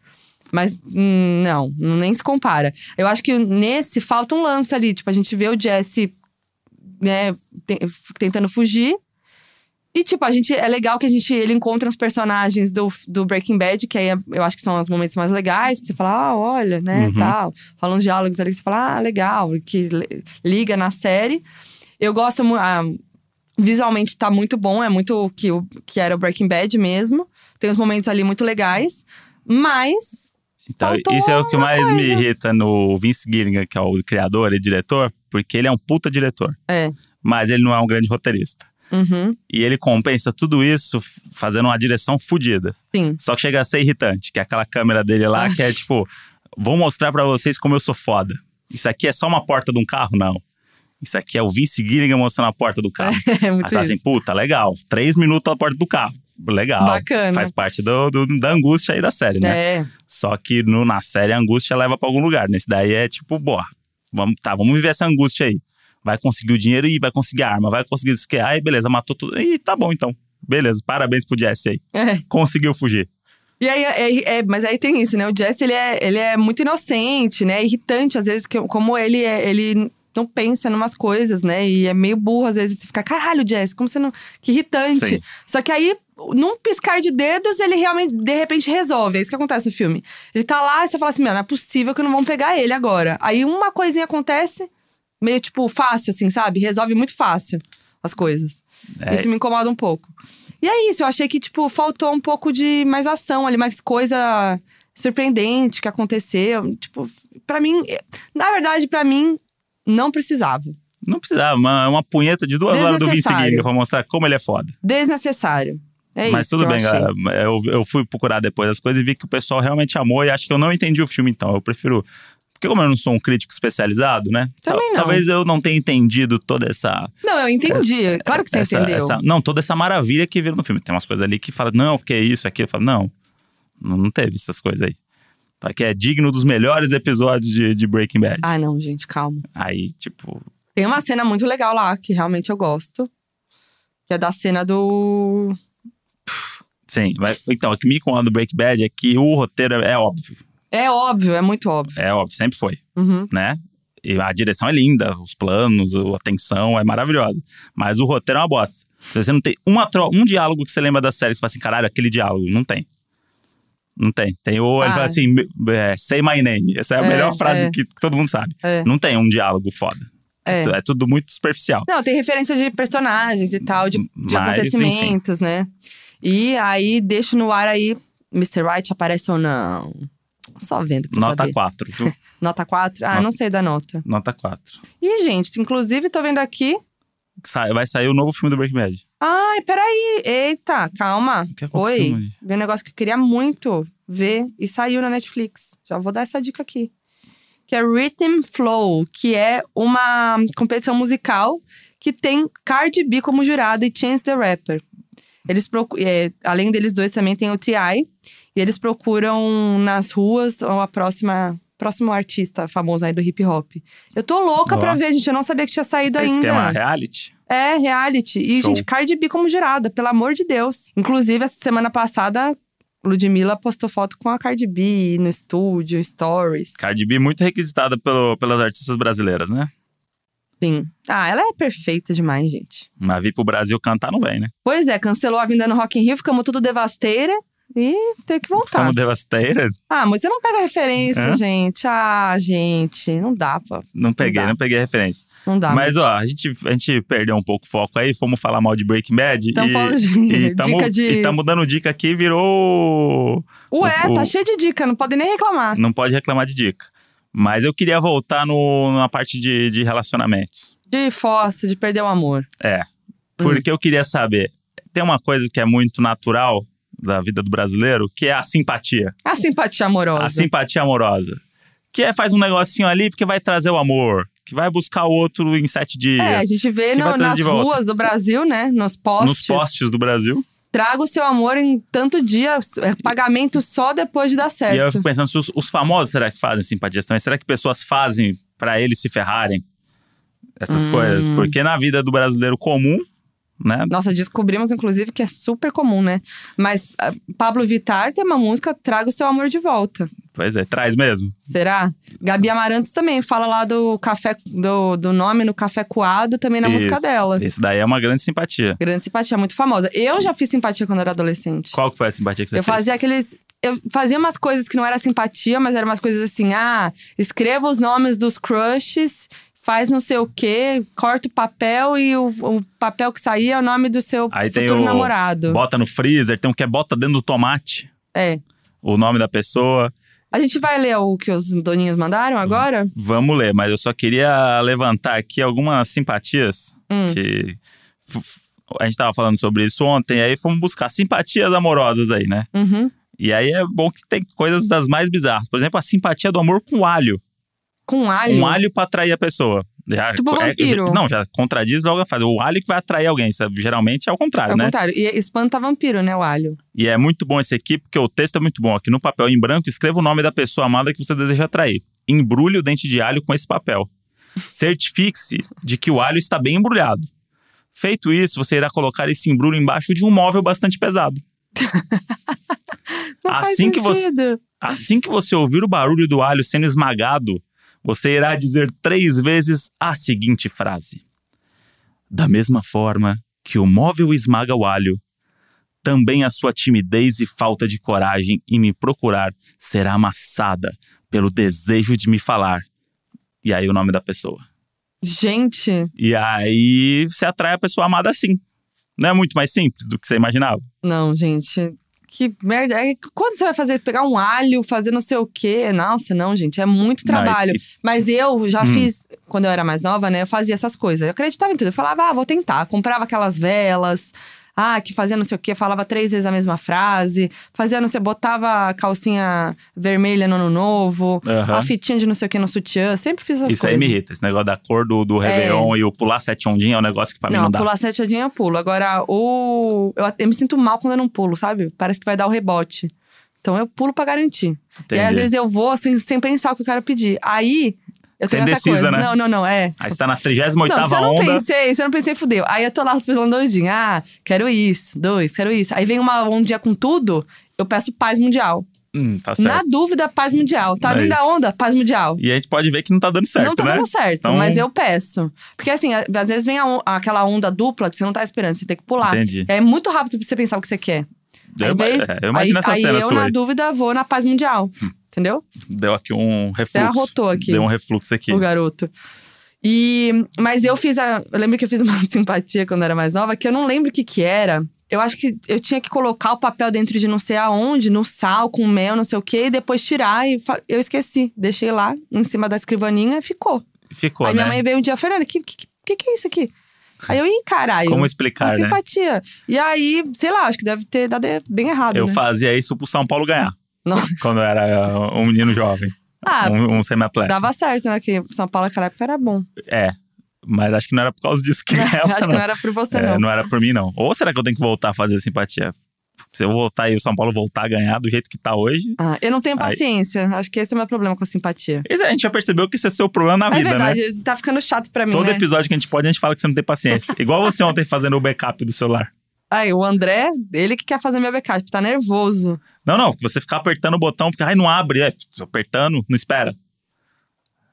Speaker 2: Mas hum, não, nem se compara. Eu acho que nesse falta um lance ali. Tipo, a gente vê o Jesse né, te- tentando fugir. E, tipo, a gente. É legal que a gente. Ele encontra os personagens do, do Breaking Bad, que aí é- eu acho que são os momentos mais legais, que você fala, ah, olha, né,
Speaker 3: Uhum.
Speaker 2: tal. Falam diálogos ali que você fala, ah, legal, que le- liga na série. Eu gosto. mu- ah, visualmente tá muito bom, é muito o que, o que era o Breaking Bad mesmo. Tem uns momentos ali muito legais. Mas
Speaker 3: Então,
Speaker 2: Faltou
Speaker 3: isso é o que mais me
Speaker 2: coisa.
Speaker 3: irrita no Vince Gilligan, que é o criador e diretor, porque ele é um puta diretor.
Speaker 2: É.
Speaker 3: Mas ele não é um grande roteirista.
Speaker 2: Uhum,
Speaker 3: E ele compensa tudo isso f- fazendo uma direção fodida.
Speaker 2: sim.
Speaker 3: Só que chega a ser irritante, que é aquela câmera dele lá,
Speaker 2: Ah.
Speaker 3: que é tipo, vou mostrar pra vocês como eu sou foda. Isso aqui é só uma porta de um carro, não. Isso aqui é o Vince Gilligan mostrando a porta do carro.
Speaker 2: É muito
Speaker 3: Aí você fala assim,
Speaker 2: isso.
Speaker 3: puta, legal. Três minutos a porta do carro. Legal.
Speaker 2: Bacana.
Speaker 3: tá Faz parte do, do- da angústia aí da série, né?
Speaker 2: É,
Speaker 3: Só que no, na série a angústia leva pra algum lugar. Nesse daí é tipo, boa, vamos, tá, vamos viver essa angústia aí. Vai conseguir o dinheiro e vai conseguir a arma, vai conseguir isso que. é." Aí, beleza, matou tudo. Ih, tá bom então. Beleza, parabéns pro Jesse aí.
Speaker 2: é.
Speaker 3: Conseguiu fugir.
Speaker 2: E aí, é- é- mas aí tem isso, né? O Jesse, ele é, ele é muito inocente, né? É Irritante, às vezes, que, como ele é, ele não pensa em umas coisas, né? E é meio burro, às vezes. Você fica, caralho, Jesse, como você não... Que irritante.
Speaker 3: Sim.
Speaker 2: Só que aí, num piscar de dedos, ele realmente, de repente, resolve. É isso que acontece no filme. Ele tá lá e você fala assim, meu, não é possível que não vão pegar ele agora. Aí uma coisinha acontece, meio tipo, fácil, assim, sabe? Resolve muito fácil as coisas.
Speaker 3: É.
Speaker 2: Isso me incomoda um pouco. E é isso, eu achei que, tipo, faltou um pouco de mais ação ali, mais coisa surpreendente que aconteceu. Tipo, pra mim, na verdade, pra mim, não precisava.
Speaker 3: Não precisava, uma, uma punheta de duas horas do Vince
Speaker 2: Desnecessário.
Speaker 3: Gilligan pra mostrar como ele é foda.
Speaker 2: Desnecessário. É
Speaker 3: Mas
Speaker 2: isso
Speaker 3: tudo
Speaker 2: que eu
Speaker 3: bem,
Speaker 2: achei.
Speaker 3: galera. É, Eu, eu fui procurar depois as coisas e vi que o pessoal realmente amou e acho que eu não entendi o filme, então. Eu prefiro. Porque, como eu não sou um crítico especializado, né? tal-
Speaker 2: Também não.
Speaker 3: Talvez eu não tenha entendido toda essa.
Speaker 2: Não, eu entendi. Claro que você
Speaker 3: É, essa-
Speaker 2: entendeu.
Speaker 3: essa- não, toda essa maravilha que vira no filme. Tem umas coisas ali que fala, não, o que é isso, aquilo. Fala, não, não, não teve essas coisas aí. Fala Que é digno dos melhores episódios de, de Breaking Bad.
Speaker 2: Ah, não, gente, calma.
Speaker 3: Aí, tipo,
Speaker 2: Tem uma cena muito legal lá, que realmente eu gosto. Que é da cena do.
Speaker 3: sim. mas- então, o que me incomoda do Breaking Bad é que o roteiro é, é óbvio.
Speaker 2: É óbvio, é muito óbvio.
Speaker 3: É óbvio, sempre foi,
Speaker 2: Uhum.
Speaker 3: né? E a direção é linda, os planos, o- a tensão é maravilhosa. Mas o roteiro é uma bosta. Você não tem uma tro um diálogo que você lembra da série, que você fala assim, caralho, aquele diálogo. Não tem. Não tem. Tem ou ele
Speaker 2: Ah.
Speaker 3: fala assim, "Me- é, say my name. Essa é a
Speaker 2: É,
Speaker 3: melhor frase
Speaker 2: é.
Speaker 3: que todo mundo sabe.
Speaker 2: É.
Speaker 3: Não tem um diálogo foda.
Speaker 2: É.
Speaker 3: tu- É tudo muito superficial.
Speaker 2: Não, tem referência de personagens e tal, de, de
Speaker 3: Mas, enfim.
Speaker 2: acontecimentos, né? E aí, deixo no ar aí, Mr. White aparece ou não? Só vendo pra
Speaker 3: Nota
Speaker 2: saber.
Speaker 3: 4, viu?
Speaker 2: Nota 4? Ah,
Speaker 3: Nota-
Speaker 2: não sei da nota.
Speaker 3: Nota 4.
Speaker 2: Ih, gente, inclusive, tô vendo aqui.
Speaker 3: Sai- vai sair o novo filme do Breaking Bad.
Speaker 2: Ai, peraí. Eita, calma.
Speaker 3: O que aconteceu?
Speaker 2: Oi.
Speaker 3: Mari?
Speaker 2: Veio um negócio que eu queria muito ver e saiu na Netflix. Já vou dar essa dica aqui. Que é Rhythm Flow, que é uma competição musical que tem Cardi B como jurado e Chance the Rapper. Eles procu- é, além deles dois também tem o T.I. E eles procuram nas ruas ou a próxima próximo artista famoso aí do hip hop. Eu tô louca
Speaker 3: Ó.
Speaker 2: pra ver, gente. Eu não sabia que tinha saído
Speaker 3: É
Speaker 2: ainda.
Speaker 3: esquema reality?
Speaker 2: É, reality. E,
Speaker 3: Show.
Speaker 2: gente, Cardi B como jurada, pelo amor de Deus. Inclusive, essa semana passada, Ludmilla postou foto com a Cardi B no estúdio, stories.
Speaker 3: Cardi B muito requisitada pelo- pelas artistas brasileiras, né?
Speaker 2: Sim. Ah, ela é perfeita demais, gente.
Speaker 3: Mas vir pro Brasil cantar não vem, né?
Speaker 2: Pois é, cancelou a vinda no Rock in Rio, ficamos tudo devasteira e tem que voltar.
Speaker 3: Ficamos É? devastated.
Speaker 2: Ah, mas você não pega referência,
Speaker 3: Hã?
Speaker 2: gente. Ah, gente, não dá, pô.
Speaker 3: Não peguei,
Speaker 2: dá. Tá,
Speaker 3: não, peguei a referência.
Speaker 2: Não dá.
Speaker 3: Mas,
Speaker 2: gente.
Speaker 3: ó, a gente, a gente perdeu um pouco o foco aí, fomos falar mal de Breaking Bad.
Speaker 2: Tamo
Speaker 3: e,
Speaker 2: falando de
Speaker 3: e tamo,
Speaker 2: dica de.
Speaker 3: e tamo dando dica aqui, virou.
Speaker 2: Ué,
Speaker 3: o-
Speaker 2: tá cheio de dica, não podem nem reclamar.
Speaker 3: Não pode reclamar de dica. Mas eu queria voltar no, na parte de, de relacionamentos.
Speaker 2: De fossa, de perder o amor. Hum.
Speaker 3: Porque eu queria saber: tem uma coisa que é muito natural da vida do brasileiro, que é a simpatia.
Speaker 2: A simpatia amorosa.
Speaker 3: A simpatia amorosa. Que é faz um negocinho ali porque vai trazer o amor. Que vai buscar o outro em sete dias.
Speaker 2: É, a gente vê
Speaker 3: Que
Speaker 2: no-
Speaker 3: vai trazer
Speaker 2: nas
Speaker 3: de volta.
Speaker 2: ruas do Brasil, né? Nos postes.
Speaker 3: Nos postes do Brasil.
Speaker 2: Traga o seu amor em tanto dia, é pagamento só depois de dar
Speaker 3: E é aí eu
Speaker 2: certo.
Speaker 3: fico pensando se os, os famosos será que fazem simpatias também? Será que pessoas fazem pra eles se ferrarem.
Speaker 2: Hum.
Speaker 3: Essas coisas. Porque na vida do brasileiro comum, né?
Speaker 2: Nossa, descobrimos, inclusive, que é super comum, né? Mas ah, Pablo Vittar tem uma música, Traga o Seu Amor de Volta.
Speaker 3: Pois é, traz mesmo.
Speaker 2: Será? Gabi Amarantos também fala lá do café, do, do nome no café coado, também na música
Speaker 3: Isso.
Speaker 2: dela.
Speaker 3: Isso daí é uma grande simpatia.
Speaker 2: Grande simpatia, muito famosa. Eu já fiz simpatia quando era adolescente.
Speaker 3: Qual que foi a simpatia que você
Speaker 2: eu
Speaker 3: fez?
Speaker 2: fazia aqueles. Eu fazia umas coisas que não era simpatia, mas eram umas coisas assim: ah, escreva os nomes dos crushes, faz não sei o quê, corta o papel e o, o papel que saía é o nome do seu
Speaker 3: Aí tem
Speaker 2: futuro
Speaker 3: o-
Speaker 2: namorado.
Speaker 3: Bota no freezer, tem um que é bota dentro do tomate
Speaker 2: É.
Speaker 3: o nome da pessoa.
Speaker 2: A gente vai ler o que os doninhos mandaram agora?
Speaker 3: Vamos ler, mas eu só queria levantar aqui algumas simpatias
Speaker 2: Hum.
Speaker 3: que f- f- a gente tava falando sobre isso ontem, aí fomos buscar simpatias amorosas aí, né?
Speaker 2: Uhum.
Speaker 3: E aí é bom que tem coisas das mais bizarras. Por exemplo, a simpatia do amor com alho.
Speaker 2: Com alho.
Speaker 3: Um alho pra atrair a pessoa. Já,
Speaker 2: Tipo vampiro.
Speaker 3: já- não, já contradiz logo a frase. O alho que vai atrair alguém. Isso, geralmente é o contrário,
Speaker 2: Ao
Speaker 3: né?
Speaker 2: contrário. E espanta vampiro, né, o alho.
Speaker 3: E é muito bom esse aqui, porque o texto é muito bom. Aqui no papel em branco, escreva o nome da pessoa amada que você deseja atrair. Embrulhe o dente de alho com esse papel. Certifique-se de que o alho está bem embrulhado. Feito isso, você irá colocar esse embrulho embaixo de um móvel bastante pesado.
Speaker 2: Não faz
Speaker 3: Assim que você-
Speaker 2: sentido.
Speaker 3: Assim que você ouvir o barulho do alho sendo esmagado, você irá dizer três vezes a seguinte frase: Da mesma forma que o móvel esmaga o alho, também a sua timidez e falta de coragem em me procurar será amassada pelo desejo de me falar. E aí o nome da pessoa.
Speaker 2: Gente,
Speaker 3: E aí você atrai a pessoa amada assim. Não é muito mais simples do que você imaginava?
Speaker 2: não, gente. Que merda. É, Quando você vai fazer? Pegar um alho, fazer não sei o quê. Nossa, não, gente. É muito
Speaker 3: Não, Né? e-
Speaker 2: trabalho. Mas eu já
Speaker 3: Hum.
Speaker 2: fiz, quando eu era mais nova, né? Eu fazia essas coisas. Eu acreditava em tudo. Eu falava, ah, vou tentar. Comprava aquelas velas. Ah, que fazia não sei o quê, falava três vezes a mesma frase, fazia não sei, botava a calcinha vermelha no ano novo,
Speaker 3: Aham.
Speaker 2: a fitinha de não sei o que no sutiã, sempre fiz essas
Speaker 3: Isso aí
Speaker 2: coisas. É.
Speaker 3: me irrita. Esse negócio da cor do, do Réveillon e o pular sete ondinhas é um negócio que pra mim não,
Speaker 2: não,
Speaker 3: dá.
Speaker 2: pular sete ondinhas eu pulo. Agora, o. Eu, até me sinto mal quando eu não pulo, sabe? Parece que vai dar o rebote. Então eu pulo pra garantir. E aí, às
Speaker 3: Entendi.
Speaker 2: vezes eu vou sem, sem pensar o que eu quero pedir. Aí. Eu
Speaker 3: Você
Speaker 2: tenho essa
Speaker 3: indecisa,
Speaker 2: coisa.
Speaker 3: né?
Speaker 2: Não, não, não, é.
Speaker 3: Aí você tá na 38
Speaker 2: Não, se eu
Speaker 3: ª
Speaker 2: não
Speaker 3: onda.
Speaker 2: pensei, se eu não pensei, fudeu. Aí eu tô lá pensando ondinha. Ah, quero isso, dois, quero isso. Aí vem uma ondinha com tudo, eu peço paz mundial.
Speaker 3: Hum, tá certo.
Speaker 2: Na dúvida, paz mundial. Tá
Speaker 3: É
Speaker 2: vindo a
Speaker 3: isso.
Speaker 2: onda? Paz mundial.
Speaker 3: E a gente pode ver que não tá dando certo,
Speaker 2: não tá
Speaker 3: né?
Speaker 2: dando certo,
Speaker 3: Então-
Speaker 2: mas eu peço. Porque assim, a- às vezes vem a on- aquela onda dupla que você não tá esperando, você tem que pular.
Speaker 3: Entendi.
Speaker 2: É muito rápido pra você pensar o que você quer.
Speaker 3: Eu,
Speaker 2: Aí vez-
Speaker 3: é, eu imagino
Speaker 2: aí,
Speaker 3: essa
Speaker 2: aí
Speaker 3: cena
Speaker 2: eu,
Speaker 3: sua.
Speaker 2: na
Speaker 3: aí. Hum.
Speaker 2: dúvida, vou na paz mundial. Entendeu?
Speaker 3: Deu aqui um
Speaker 2: Até
Speaker 3: refluxo.
Speaker 2: arrotou aqui
Speaker 3: Deu um refluxo aqui.
Speaker 2: o garoto. E, mas eu fiz a. Eu lembro que eu fiz uma simpatia quando eu era mais nova, que eu não lembro o que que era. Eu acho que eu tinha que colocar o papel dentro de não sei aonde, no sal, com mel, não sei o quê, e depois tirar. E fa- eu esqueci. Deixei lá, em cima da escrivaninha, e ficou.
Speaker 3: Ficou,
Speaker 2: Aí
Speaker 3: né?
Speaker 2: minha mãe veio um dia, Fernanda, que, que, que que é isso aqui? Aí eu, ih, caralho.
Speaker 3: Como
Speaker 2: uma
Speaker 3: explicar, né?
Speaker 2: simpatia. E aí, sei lá, acho que deve ter dado bem errado,
Speaker 3: Eu
Speaker 2: né?
Speaker 3: fazia isso pro São Paulo ganhar.
Speaker 2: Não.
Speaker 3: Quando eu era uh, um menino jovem.
Speaker 2: Ah,
Speaker 3: um um semi-atleta.
Speaker 2: dava certo, né? Que São Paulo naquela época era bom. né?
Speaker 3: É. Mas acho que não era por causa disso que ganhava,
Speaker 2: acho que não era por você,
Speaker 3: É,
Speaker 2: não.
Speaker 3: era por mim, não. Ou será que eu tenho que voltar a fazer simpatia? Se eu voltar e o São Paulo voltar a ganhar do jeito que tá hoje.
Speaker 2: Ah, eu não tenho
Speaker 3: Aí-
Speaker 2: paciência. Acho que esse é o meu problema com a simpatia.
Speaker 3: Esse- A gente já percebeu que esse é seu problema na
Speaker 2: é
Speaker 3: vida, né?
Speaker 2: verdade, tá ficando chato pra mim,
Speaker 3: Todo
Speaker 2: né?
Speaker 3: episódio que a gente pode, a gente fala que você não tem paciência. Igual você ontem fazendo o backup do celular.
Speaker 2: Aí, o André, ele que quer fazer meu backup, tá nervoso.
Speaker 3: Não, não, você ficar apertando o botão, porque ai, não abre, é, apertando, não espera.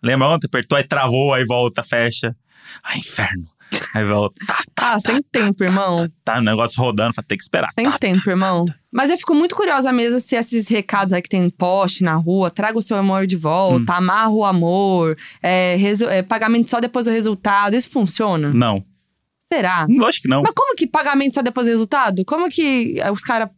Speaker 3: Lembra ontem? Apertou, aí travou, aí volta, fecha. Ai, inferno. Aí volta, tá, tá,
Speaker 2: Ah, sem tempo, irmão.
Speaker 3: tá, o negócio rodando, fala, tem que esperar. tá.
Speaker 2: Tem tempo, irmão. Mas eu fico muito curiosa mesmo se esses recados aí que tem poste na rua, traga o seu amor de
Speaker 3: Hum.
Speaker 2: volta, amarra o amor, é, resu- é, pagamento só depois do resultado, isso funciona?
Speaker 3: Não,
Speaker 2: Será?
Speaker 3: lógico que não.
Speaker 2: Mas como que pagamento só depois do resultado? Como que eh, os caras,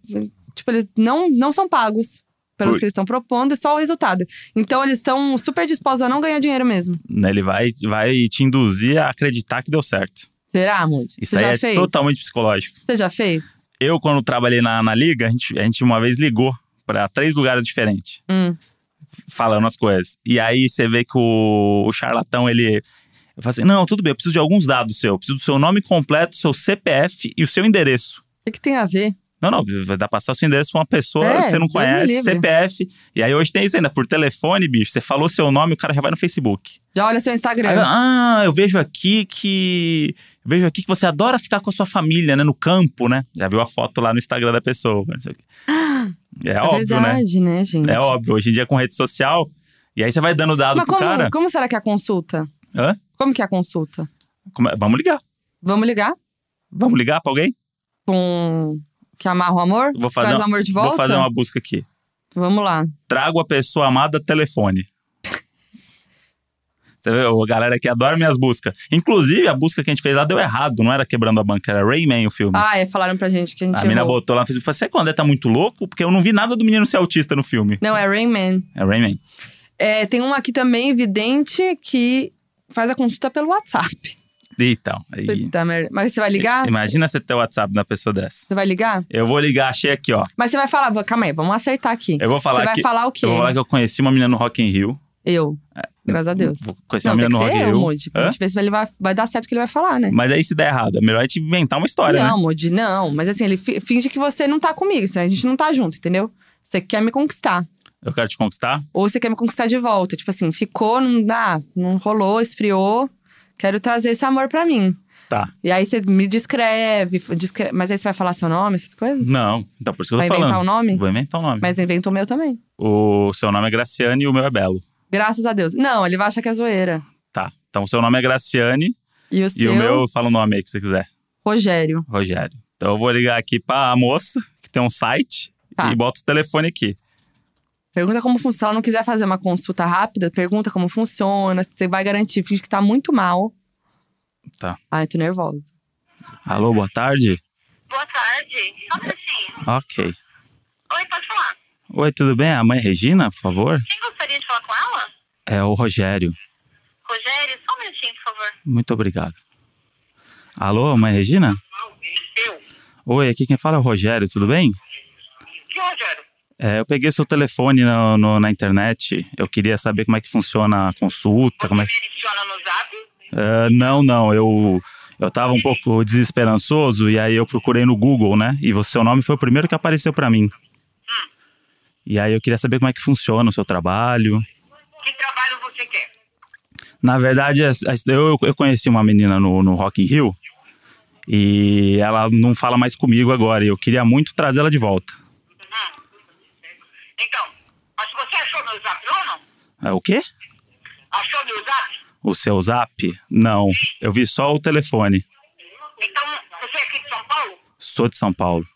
Speaker 2: tipo, eles não, não são pagos pelos
Speaker 3: Por-
Speaker 2: que eles estão propondo, é só o resultado. Então eles estão super dispostos a não ganhar dinheiro mesmo.
Speaker 3: Né, Ele vai, vai te induzir a acreditar que deu certo.
Speaker 2: Será, Mude?
Speaker 3: Isso
Speaker 2: Você
Speaker 3: aí
Speaker 2: já
Speaker 3: é
Speaker 2: fez?
Speaker 3: totalmente psicológico.
Speaker 2: Você já fez?
Speaker 3: Eu, quando trabalhei na, na Liga, a gente, a gente uma vez ligou pra três lugares diferentes.
Speaker 2: Hum.
Speaker 3: falando as coisas. E aí você vê que o, o charlatão, ele. Eu falo assim: não, tudo bem, eu preciso de alguns dados seu. Eu preciso do seu nome completo, seu CPF e o seu endereço.
Speaker 2: O que, que tem a ver?
Speaker 3: Não, não, vai dar passar o seu endereço pra uma pessoa
Speaker 2: É,
Speaker 3: que você não
Speaker 2: Deus me livre.
Speaker 3: conhece, CPF. E aí hoje tem isso ainda, por telefone, bicho. Você falou seu nome, o cara já vai no Facebook.
Speaker 2: Já olha seu
Speaker 3: Aí,
Speaker 2: Instagram.
Speaker 3: ah, eu vejo aqui que. Eu vejo aqui que você adora ficar com a sua família, né? No campo, né? Já viu a foto lá no Instagram da pessoa. não sei o quê. É,
Speaker 2: é
Speaker 3: óbvio, né?
Speaker 2: verdade, né, gente?
Speaker 3: É óbvio. Hoje em dia com rede social. E aí você vai dando dado
Speaker 2: Mas
Speaker 3: pro
Speaker 2: como,
Speaker 3: cara.
Speaker 2: como será que é a consulta?
Speaker 3: Hã?
Speaker 2: Como que é a consulta?
Speaker 3: Como é? Vamos ligar.
Speaker 2: Vamos ligar?
Speaker 3: Vamos ligar pra alguém?
Speaker 2: Com. Que amarra o amor?
Speaker 3: Vou fazer
Speaker 2: Traz o
Speaker 3: uma-
Speaker 2: amor de volta?
Speaker 3: Vou fazer uma busca aqui.
Speaker 2: Vamos lá.
Speaker 3: Trago a pessoa amada telefone. Você viu? A galera aqui adora minhas buscas. Inclusive, a busca que a gente fez lá deu errado. Não era Quebrando a Banca, era Rayman o filme.
Speaker 2: Ah, é, falaram pra gente que a gente.
Speaker 3: A menina
Speaker 2: errou.
Speaker 3: botou lá no Facebook e falou: Você que o André tá muito louco? Porque eu não vi nada do menino ser autista no filme.
Speaker 2: Não, é Rayman.
Speaker 3: É Rayman.
Speaker 2: É, tem um aqui também, vidente, que faz a consulta pelo WhatsApp.
Speaker 3: E Então, aí.
Speaker 2: Puta merda. Mas você vai ligar?
Speaker 3: Imagina você ter o WhatsApp da pessoa dessa.
Speaker 2: Você vai ligar?
Speaker 3: Eu vou ligar, achei aqui, ó.
Speaker 2: Mas você vai falar, "Vou- calma aí, vamos acertar aqui.
Speaker 3: Eu vou
Speaker 2: você
Speaker 3: falar
Speaker 2: vai
Speaker 3: que.
Speaker 2: falar o quê?
Speaker 3: Eu vou falar que É. eu conheci uma menina no Rock in Rio.
Speaker 2: Eu. Graças a Deus.
Speaker 3: Vou conhecer
Speaker 2: Não,
Speaker 3: uma
Speaker 2: tem que
Speaker 3: menina no Rock in
Speaker 2: ser eu,
Speaker 3: Rio.
Speaker 2: Moody. Pra
Speaker 3: Hã?
Speaker 2: gente ver se ele vai, vai dar certo o que ele vai falar, né?
Speaker 3: Mas aí se der errado, é melhor a gente inventar uma história, né?
Speaker 2: não, Moody, não. Mas assim, ele fi- finge que você não tá comigo, assim, a gente não tá junto, entendeu? Você quer me conquistar.
Speaker 3: Eu quero te conquistar.
Speaker 2: Ou você quer me conquistar de volta. Tipo assim, ficou, não dá, não rolou, esfriou. Quero trazer esse amor pra mim.
Speaker 3: Tá.
Speaker 2: E aí você me descreve, f- descre- mas aí você vai falar seu nome, essas coisas?
Speaker 3: Não. Então, por isso que eu tô
Speaker 2: Vai inventar
Speaker 3: falando.
Speaker 2: o nome?
Speaker 3: Vou inventar o nome.
Speaker 2: Mas inventa o meu também.
Speaker 3: O seu nome é Graciane e o meu é Belo.
Speaker 2: Graças a Deus. Não, ele vai achar que é zoeira.
Speaker 3: Tá. Então, o seu nome é Graciane
Speaker 2: E o
Speaker 3: e
Speaker 2: seu,
Speaker 3: o meu, fala o nome aí que você quiser.
Speaker 2: Rogério.
Speaker 3: Rogério. Então eu vou ligar aqui pra moça, que tem um site,
Speaker 2: Tá.
Speaker 3: e boto o telefone aqui.
Speaker 2: Pergunta como funciona. Se ela não quiser fazer uma consulta rápida, pergunta como funciona, se você vai garantir. Finge que tá muito mal.
Speaker 3: Tá.
Speaker 2: Ai, tô nervosa.
Speaker 3: Alô, boa tarde?
Speaker 4: Boa tarde. Só um minutinho.
Speaker 3: Ok.
Speaker 4: Oi, pode falar.
Speaker 3: Oi, tudo bem? A mãe Regina, por favor?
Speaker 4: Quem gostaria de falar com ela?
Speaker 3: É o Rogério.
Speaker 4: Rogério, só um minutinho, por favor.
Speaker 3: Muito obrigado. Alô, mãe Regina?
Speaker 4: Eu.
Speaker 3: Oi, aqui quem fala é o Rogério, tudo bem?
Speaker 4: Que Rogério?
Speaker 3: É, eu peguei seu telefone na- no- na internet. Eu queria saber como é que funciona a consulta, como é que.
Speaker 4: adiciona no zap?
Speaker 3: Ah, não, não, eu. Eu tava um pouco desesperançoso e aí eu procurei no Google, né? E o seu nome foi o primeiro que apareceu pra mim. E aí eu queria saber como é que funciona o seu trabalho.
Speaker 4: Que trabalho você quer?
Speaker 3: Na verdade, as- as- eu, eu conheci uma menina no, no Rock in Rio e ela não fala mais comigo agora. E eu queria muito trazê-la de volta.
Speaker 4: Então, mas você achou meu zap ou não?
Speaker 3: É, o quê?
Speaker 4: Achou meu zap?
Speaker 3: O seu zap? Não, eu vi só o telefone.
Speaker 4: Então, você é aqui de São Paulo?
Speaker 3: Sou de São Paulo.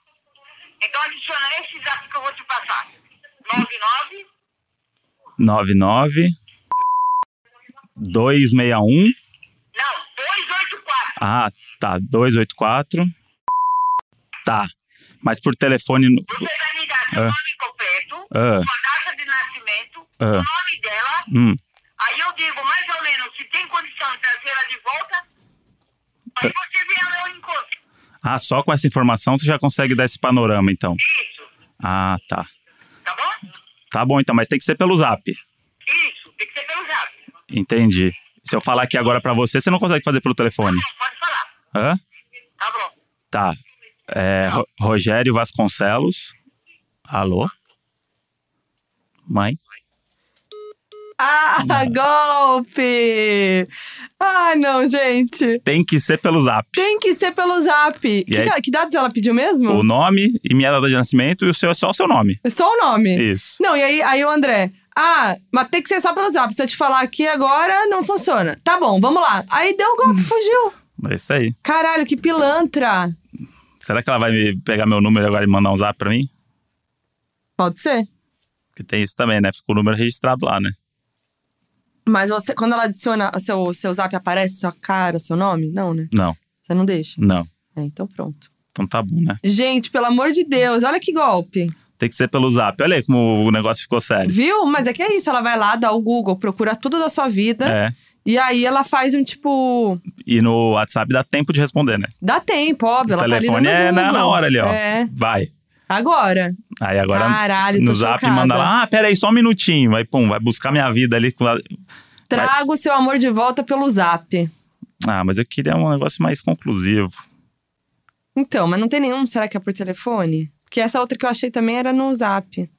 Speaker 4: Então adiciona esse zap que eu vou te passar. 99
Speaker 3: 99 261
Speaker 4: Não, 284.
Speaker 3: Ah, tá. 284. Tá. Mas por telefone. no-
Speaker 4: Você vai me dar seu
Speaker 3: Ah.
Speaker 4: nome completo,
Speaker 3: Ah,
Speaker 4: sua data de nascimento,
Speaker 3: Ah.
Speaker 4: o nome dela,
Speaker 3: hum.
Speaker 4: Aí eu digo, mais ou menos, se tem condição de trazer ela de volta, aí você vem ao meu encontro.
Speaker 3: Ah, só com essa informação você já consegue dar esse panorama, então.
Speaker 4: Isso,
Speaker 3: Ah, tá.
Speaker 4: tá bom?
Speaker 3: Tá bom, então, mas tem que ser pelo zap.
Speaker 4: Isso, tem que ser pelo zap.
Speaker 3: Entendi. Se eu falar aqui agora pra você, você não consegue fazer pelo telefone.
Speaker 4: Não, pode falar.
Speaker 3: Hã?
Speaker 4: Tá bom.
Speaker 3: Tá. É, Ro- Rogério Vasconcelos. Alô? Mãe?
Speaker 2: Ah, golpe! Ah, não, gente.
Speaker 3: Tem que ser pelo zap.
Speaker 2: Tem que ser pelo zap. Que,
Speaker 3: aí-
Speaker 2: da- que dados ela pediu mesmo?
Speaker 3: O nome e minha data de nascimento e o seu é só o seu nome.
Speaker 2: É Só o nome.
Speaker 3: Isso.
Speaker 2: Não, e aí, aí o André. Ah, mas tem que ser só pelo zap. Se eu te falar aqui agora, não funciona. Tá bom, vamos lá. Aí deu um golpe, fugiu.
Speaker 3: É isso aí.
Speaker 2: Caralho, que pilantra.
Speaker 3: Será que ela vai me pegar meu número agora e mandar um zap pra mim?
Speaker 2: Pode ser.
Speaker 3: Porque tem isso também, né? Fica o número registrado lá, né?
Speaker 2: Mas você, quando ela adiciona o seu, o seu zap, aparece sua cara, seu nome? Não, né?
Speaker 3: Não,
Speaker 2: Você não deixa.
Speaker 3: não.
Speaker 2: É, então pronto.
Speaker 3: Então tá bom, né?
Speaker 2: Gente, pelo amor de Deus, olha que golpe.
Speaker 3: Tem que ser pelo zap. Olha aí como o negócio ficou sério.
Speaker 2: Viu? Mas é que é isso. Ela vai lá, dá o Google, procura tudo da sua vida.
Speaker 3: É.
Speaker 2: E aí ela faz um tipo.
Speaker 3: E no WhatsApp dá tempo de responder, né?
Speaker 2: Dá tempo, óbvio.
Speaker 3: o
Speaker 2: ela
Speaker 3: telefone
Speaker 2: tá ali
Speaker 3: é
Speaker 2: no
Speaker 3: na,
Speaker 2: Google.
Speaker 3: na hora ali, ó.
Speaker 2: É.
Speaker 3: Vai.
Speaker 2: Agora.
Speaker 3: Aí agora
Speaker 2: Caralho, tô
Speaker 3: no zap
Speaker 2: chocada.
Speaker 3: manda lá, ah, peraí, só um minutinho. Aí, pum, vai buscar minha vida ali. com a-
Speaker 2: Traga o seu amor de volta pelo zap.
Speaker 3: Ah, mas eu queria um negócio mais conclusivo.
Speaker 2: Então, mas não tem nenhum. Será que é por telefone? Que essa outra que eu achei também era no Zap.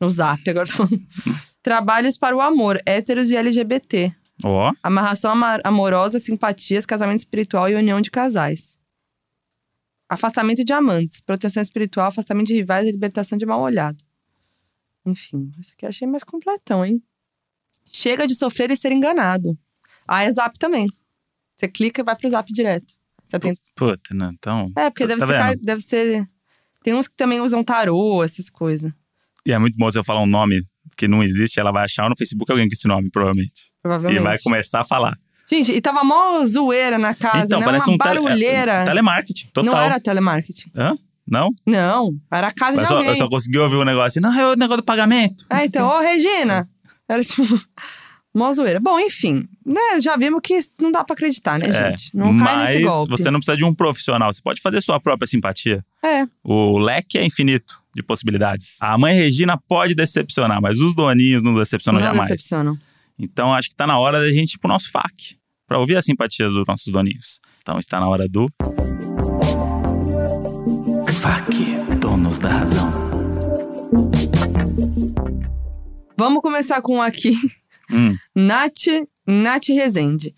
Speaker 2: No Zap, agora tô falando. Trabalhos para o amor, héteros e LGBT.
Speaker 3: Ó,
Speaker 2: Amarração ama- amorosa, simpatias, casamento espiritual e união de casais. Afastamento de amantes, proteção espiritual, afastamento de rivais e libertação de mal-olhado. Enfim, isso aqui eu achei mais completão, hein? Chega de sofrer e ser enganado. Ah, é zap também. Você clica e vai pro zap direto. Já tem...
Speaker 3: puta, né? Então.
Speaker 2: É, porque
Speaker 3: Tá
Speaker 2: deve, ser,
Speaker 3: vendo?
Speaker 2: car- deve ser. Tem uns que também usam tarô, essas coisas.
Speaker 3: E é muito bom se eu falar um nome que não existe, ela vai achar no Facebook alguém com esse nome, provavelmente.
Speaker 2: Provavelmente.
Speaker 3: E vai começar a falar.
Speaker 2: Gente, e tava mó zoeira na casa,
Speaker 3: então,
Speaker 2: né?
Speaker 3: parece
Speaker 2: uma
Speaker 3: um tele-
Speaker 2: barulheira.
Speaker 3: telemarketing, total.
Speaker 2: Não era telemarketing.
Speaker 3: Não?
Speaker 2: Não, era a casa
Speaker 3: Eu
Speaker 2: de
Speaker 3: só,
Speaker 2: alguém.
Speaker 3: eu só consegui ouvir o negócio assim, não, é o negócio do pagamento.
Speaker 2: Ah, então, ô Regina! Era tipo. Mó zoeira. Bom, enfim, né? Já vimos que não dá pra acreditar, né,
Speaker 3: É,
Speaker 2: gente? Não cai
Speaker 3: Mas
Speaker 2: nesse golpe.
Speaker 3: você não precisa de um profissional, você pode fazer sua própria simpatia.
Speaker 2: É.
Speaker 3: O leque é infinito de possibilidades. A mãe Regina pode decepcionar, mas os doninhos não decepcionam
Speaker 2: não
Speaker 3: jamais.
Speaker 2: decepcionam.
Speaker 3: Então acho que tá na hora da gente ir pro nosso FAQ, pra ouvir as simpatias dos nossos doninhos. Então está na hora do.
Speaker 1: FAC, donos da razão.
Speaker 2: Vamos começar com um aqui.
Speaker 3: Hum,
Speaker 2: Nath, Nath Rezende.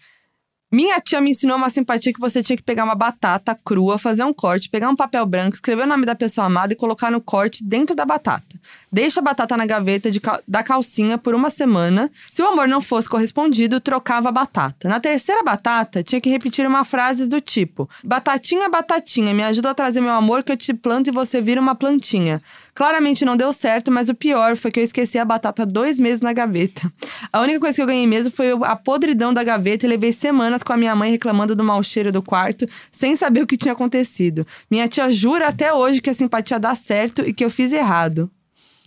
Speaker 2: Minha tia me ensinou uma simpatia que você tinha que pegar uma batata crua, fazer um corte, pegar um papel branco, escrever o nome da pessoa amada e colocar no corte dentro da batata. Deixa a batata na gaveta de cal- da calcinha por uma semana. Se o amor não fosse correspondido, trocava a batata. Na terceira batata, tinha que repetir uma frase do tipo: Batatinha, batatinha, me ajuda a trazer meu amor que eu te planto e você vira uma plantinha. Claramente não deu certo, mas o pior foi que eu esqueci a batata dois meses na gaveta. A única coisa que eu ganhei mesmo foi a podridão da gaveta e levei semanas com a minha mãe reclamando do mau cheiro do quarto, sem saber o que tinha acontecido. Minha tia jura até hoje que a simpatia dá certo e que eu fiz errado.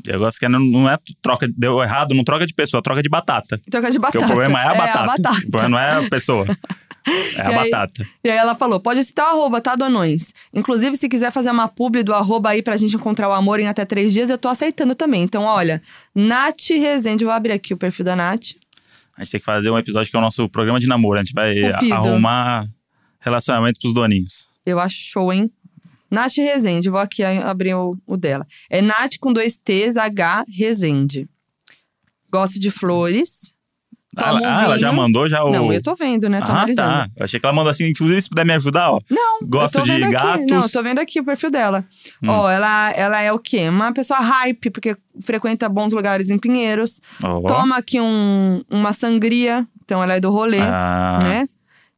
Speaker 3: eu gosto que não, não é troca, deu errado, não troca de pessoa, troca de batata.
Speaker 2: Troca Então de
Speaker 3: Porque
Speaker 2: batata.
Speaker 3: o problema é a batata.
Speaker 2: É a batata.
Speaker 3: O problema não é a pessoa. É a
Speaker 2: E aí-
Speaker 3: batata.
Speaker 2: E aí ela falou: pode citar o arroba, tá, Donões? Inclusive, se quiser fazer uma publi do arroba aí pra gente encontrar o amor em até três dias, eu tô aceitando também. Então, olha, Nath Rezende, vou abrir aqui o perfil da Nath.
Speaker 3: A gente tem que fazer um episódio que é o nosso programa de namoro. A gente vai
Speaker 2: Cupido.
Speaker 3: arrumar relacionamento pros doninhos.
Speaker 2: Eu acho show, hein? Nath Rezende, vou aqui a- abrir o, o dela. É Nath com dois T's, H, Rezende. Gosto de flores. Toma
Speaker 3: ela,
Speaker 2: um
Speaker 3: ah, ela já
Speaker 2: vinho.
Speaker 3: mandou já o.
Speaker 2: Não, eu tô vendo, né? Tô
Speaker 3: ah,
Speaker 2: analisando.
Speaker 3: tá. Eu achei que ela mandou assim, inclusive, se puder me ajudar, ó.
Speaker 2: Não,
Speaker 3: Gosto
Speaker 2: eu tô
Speaker 3: de
Speaker 2: vendo
Speaker 3: gatos.
Speaker 2: Aqui. Não, eu tô vendo aqui o perfil dela.
Speaker 3: Hum.
Speaker 2: Ó, ela, ela é o quê? Uma pessoa hype, porque frequenta bons lugares em Pinheiros.
Speaker 3: Ó.
Speaker 2: Toma aqui um, uma sangria. Então, ela é do rolê.
Speaker 3: Ah,
Speaker 2: né?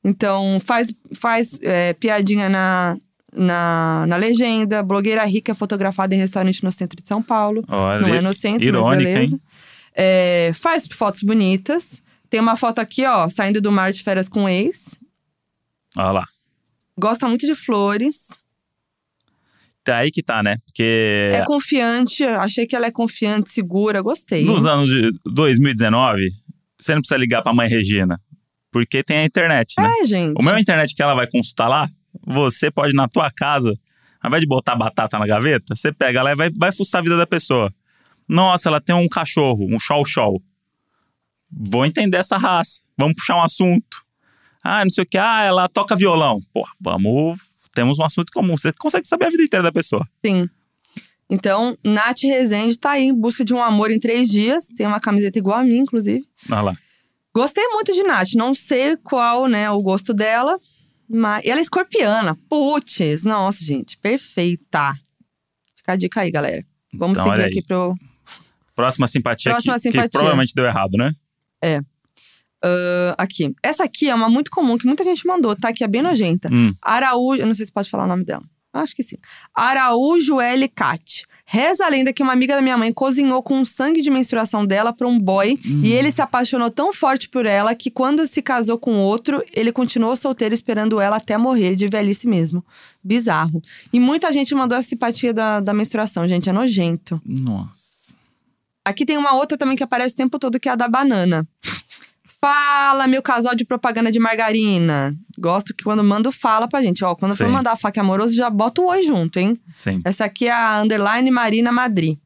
Speaker 2: Então, faz, faz é, piadinha na, na, na legenda. Blogueira rica é fotografada em restaurante no centro de São Paulo.
Speaker 3: olha,
Speaker 2: Não é no centro, mas
Speaker 3: irônica,
Speaker 2: beleza. É, faz fotos bonitas. Tem uma foto aqui, ó, saindo do mar de férias com o ex.
Speaker 3: Olha lá.
Speaker 2: Gosta muito de flores.
Speaker 3: Tá aí que tá, né? Porque
Speaker 2: É, confiante. Achei que ela é confiante, segura. Gostei.
Speaker 3: nos anos de 2019, você não precisa ligar pra mãe Regina. Porque tem a internet, né?
Speaker 2: É, gente.
Speaker 3: O meu internet que ela vai consultar lá, você pode, na tua casa, ao invés de botar batata na gaveta, você pega lá e vai, vai fuçar a vida da pessoa. Nossa, ela tem um cachorro, um chow-chow. Vou entender essa raça. Vamos puxar um assunto. Ah, não sei o que. Ah, ela toca violão. Pô, vamos. Temos um assunto comum. Você consegue saber a vida inteira da pessoa.
Speaker 2: Sim. Então, Nath Rezende tá aí em busca de um amor em três dias. Tem uma camiseta igual a minha, inclusive.
Speaker 3: Olha lá.
Speaker 2: Gostei muito de Nath. Não sei qual, né, o gosto dela. Mas... E ela é escorpiana. Putz, nossa, gente. Perfeita. Fica a dica aí, galera. Vamos
Speaker 3: Então,
Speaker 2: seguir
Speaker 3: olha aí.
Speaker 2: aqui pro...
Speaker 3: Próxima simpatia.
Speaker 2: Próxima
Speaker 3: que,
Speaker 2: simpatia.
Speaker 3: Que provavelmente deu errado, né?
Speaker 2: ah, aqui. Essa aqui é uma muito comum, que muita gente mandou, tá? Que é bem nojenta.
Speaker 3: Hum.
Speaker 2: Araújo... Eu não sei se pode falar o nome dela. Acho que sim. Araújo L. Cat. Reza a lenda que uma amiga da minha mãe cozinhou com o sangue de menstruação dela pra um boy e ele se apaixonou tão forte por ela que quando se casou com outro, ele continuou solteiro esperando ela até morrer de velhice mesmo. Bizarro. E muita gente mandou a simpatia da, da menstruação, gente. É nojento.
Speaker 3: Nossa.
Speaker 2: Aqui tem uma outra também que aparece o tempo todo, que é a da banana. Fala, meu casal de propaganda de margarina. Gosto que quando mando fala pra gente. Ó, quando for
Speaker 3: Sim.
Speaker 2: mandar a faca amoroso, já bota o oi junto, hein?
Speaker 3: Sim.
Speaker 2: Essa aqui é a underline Marina Madri.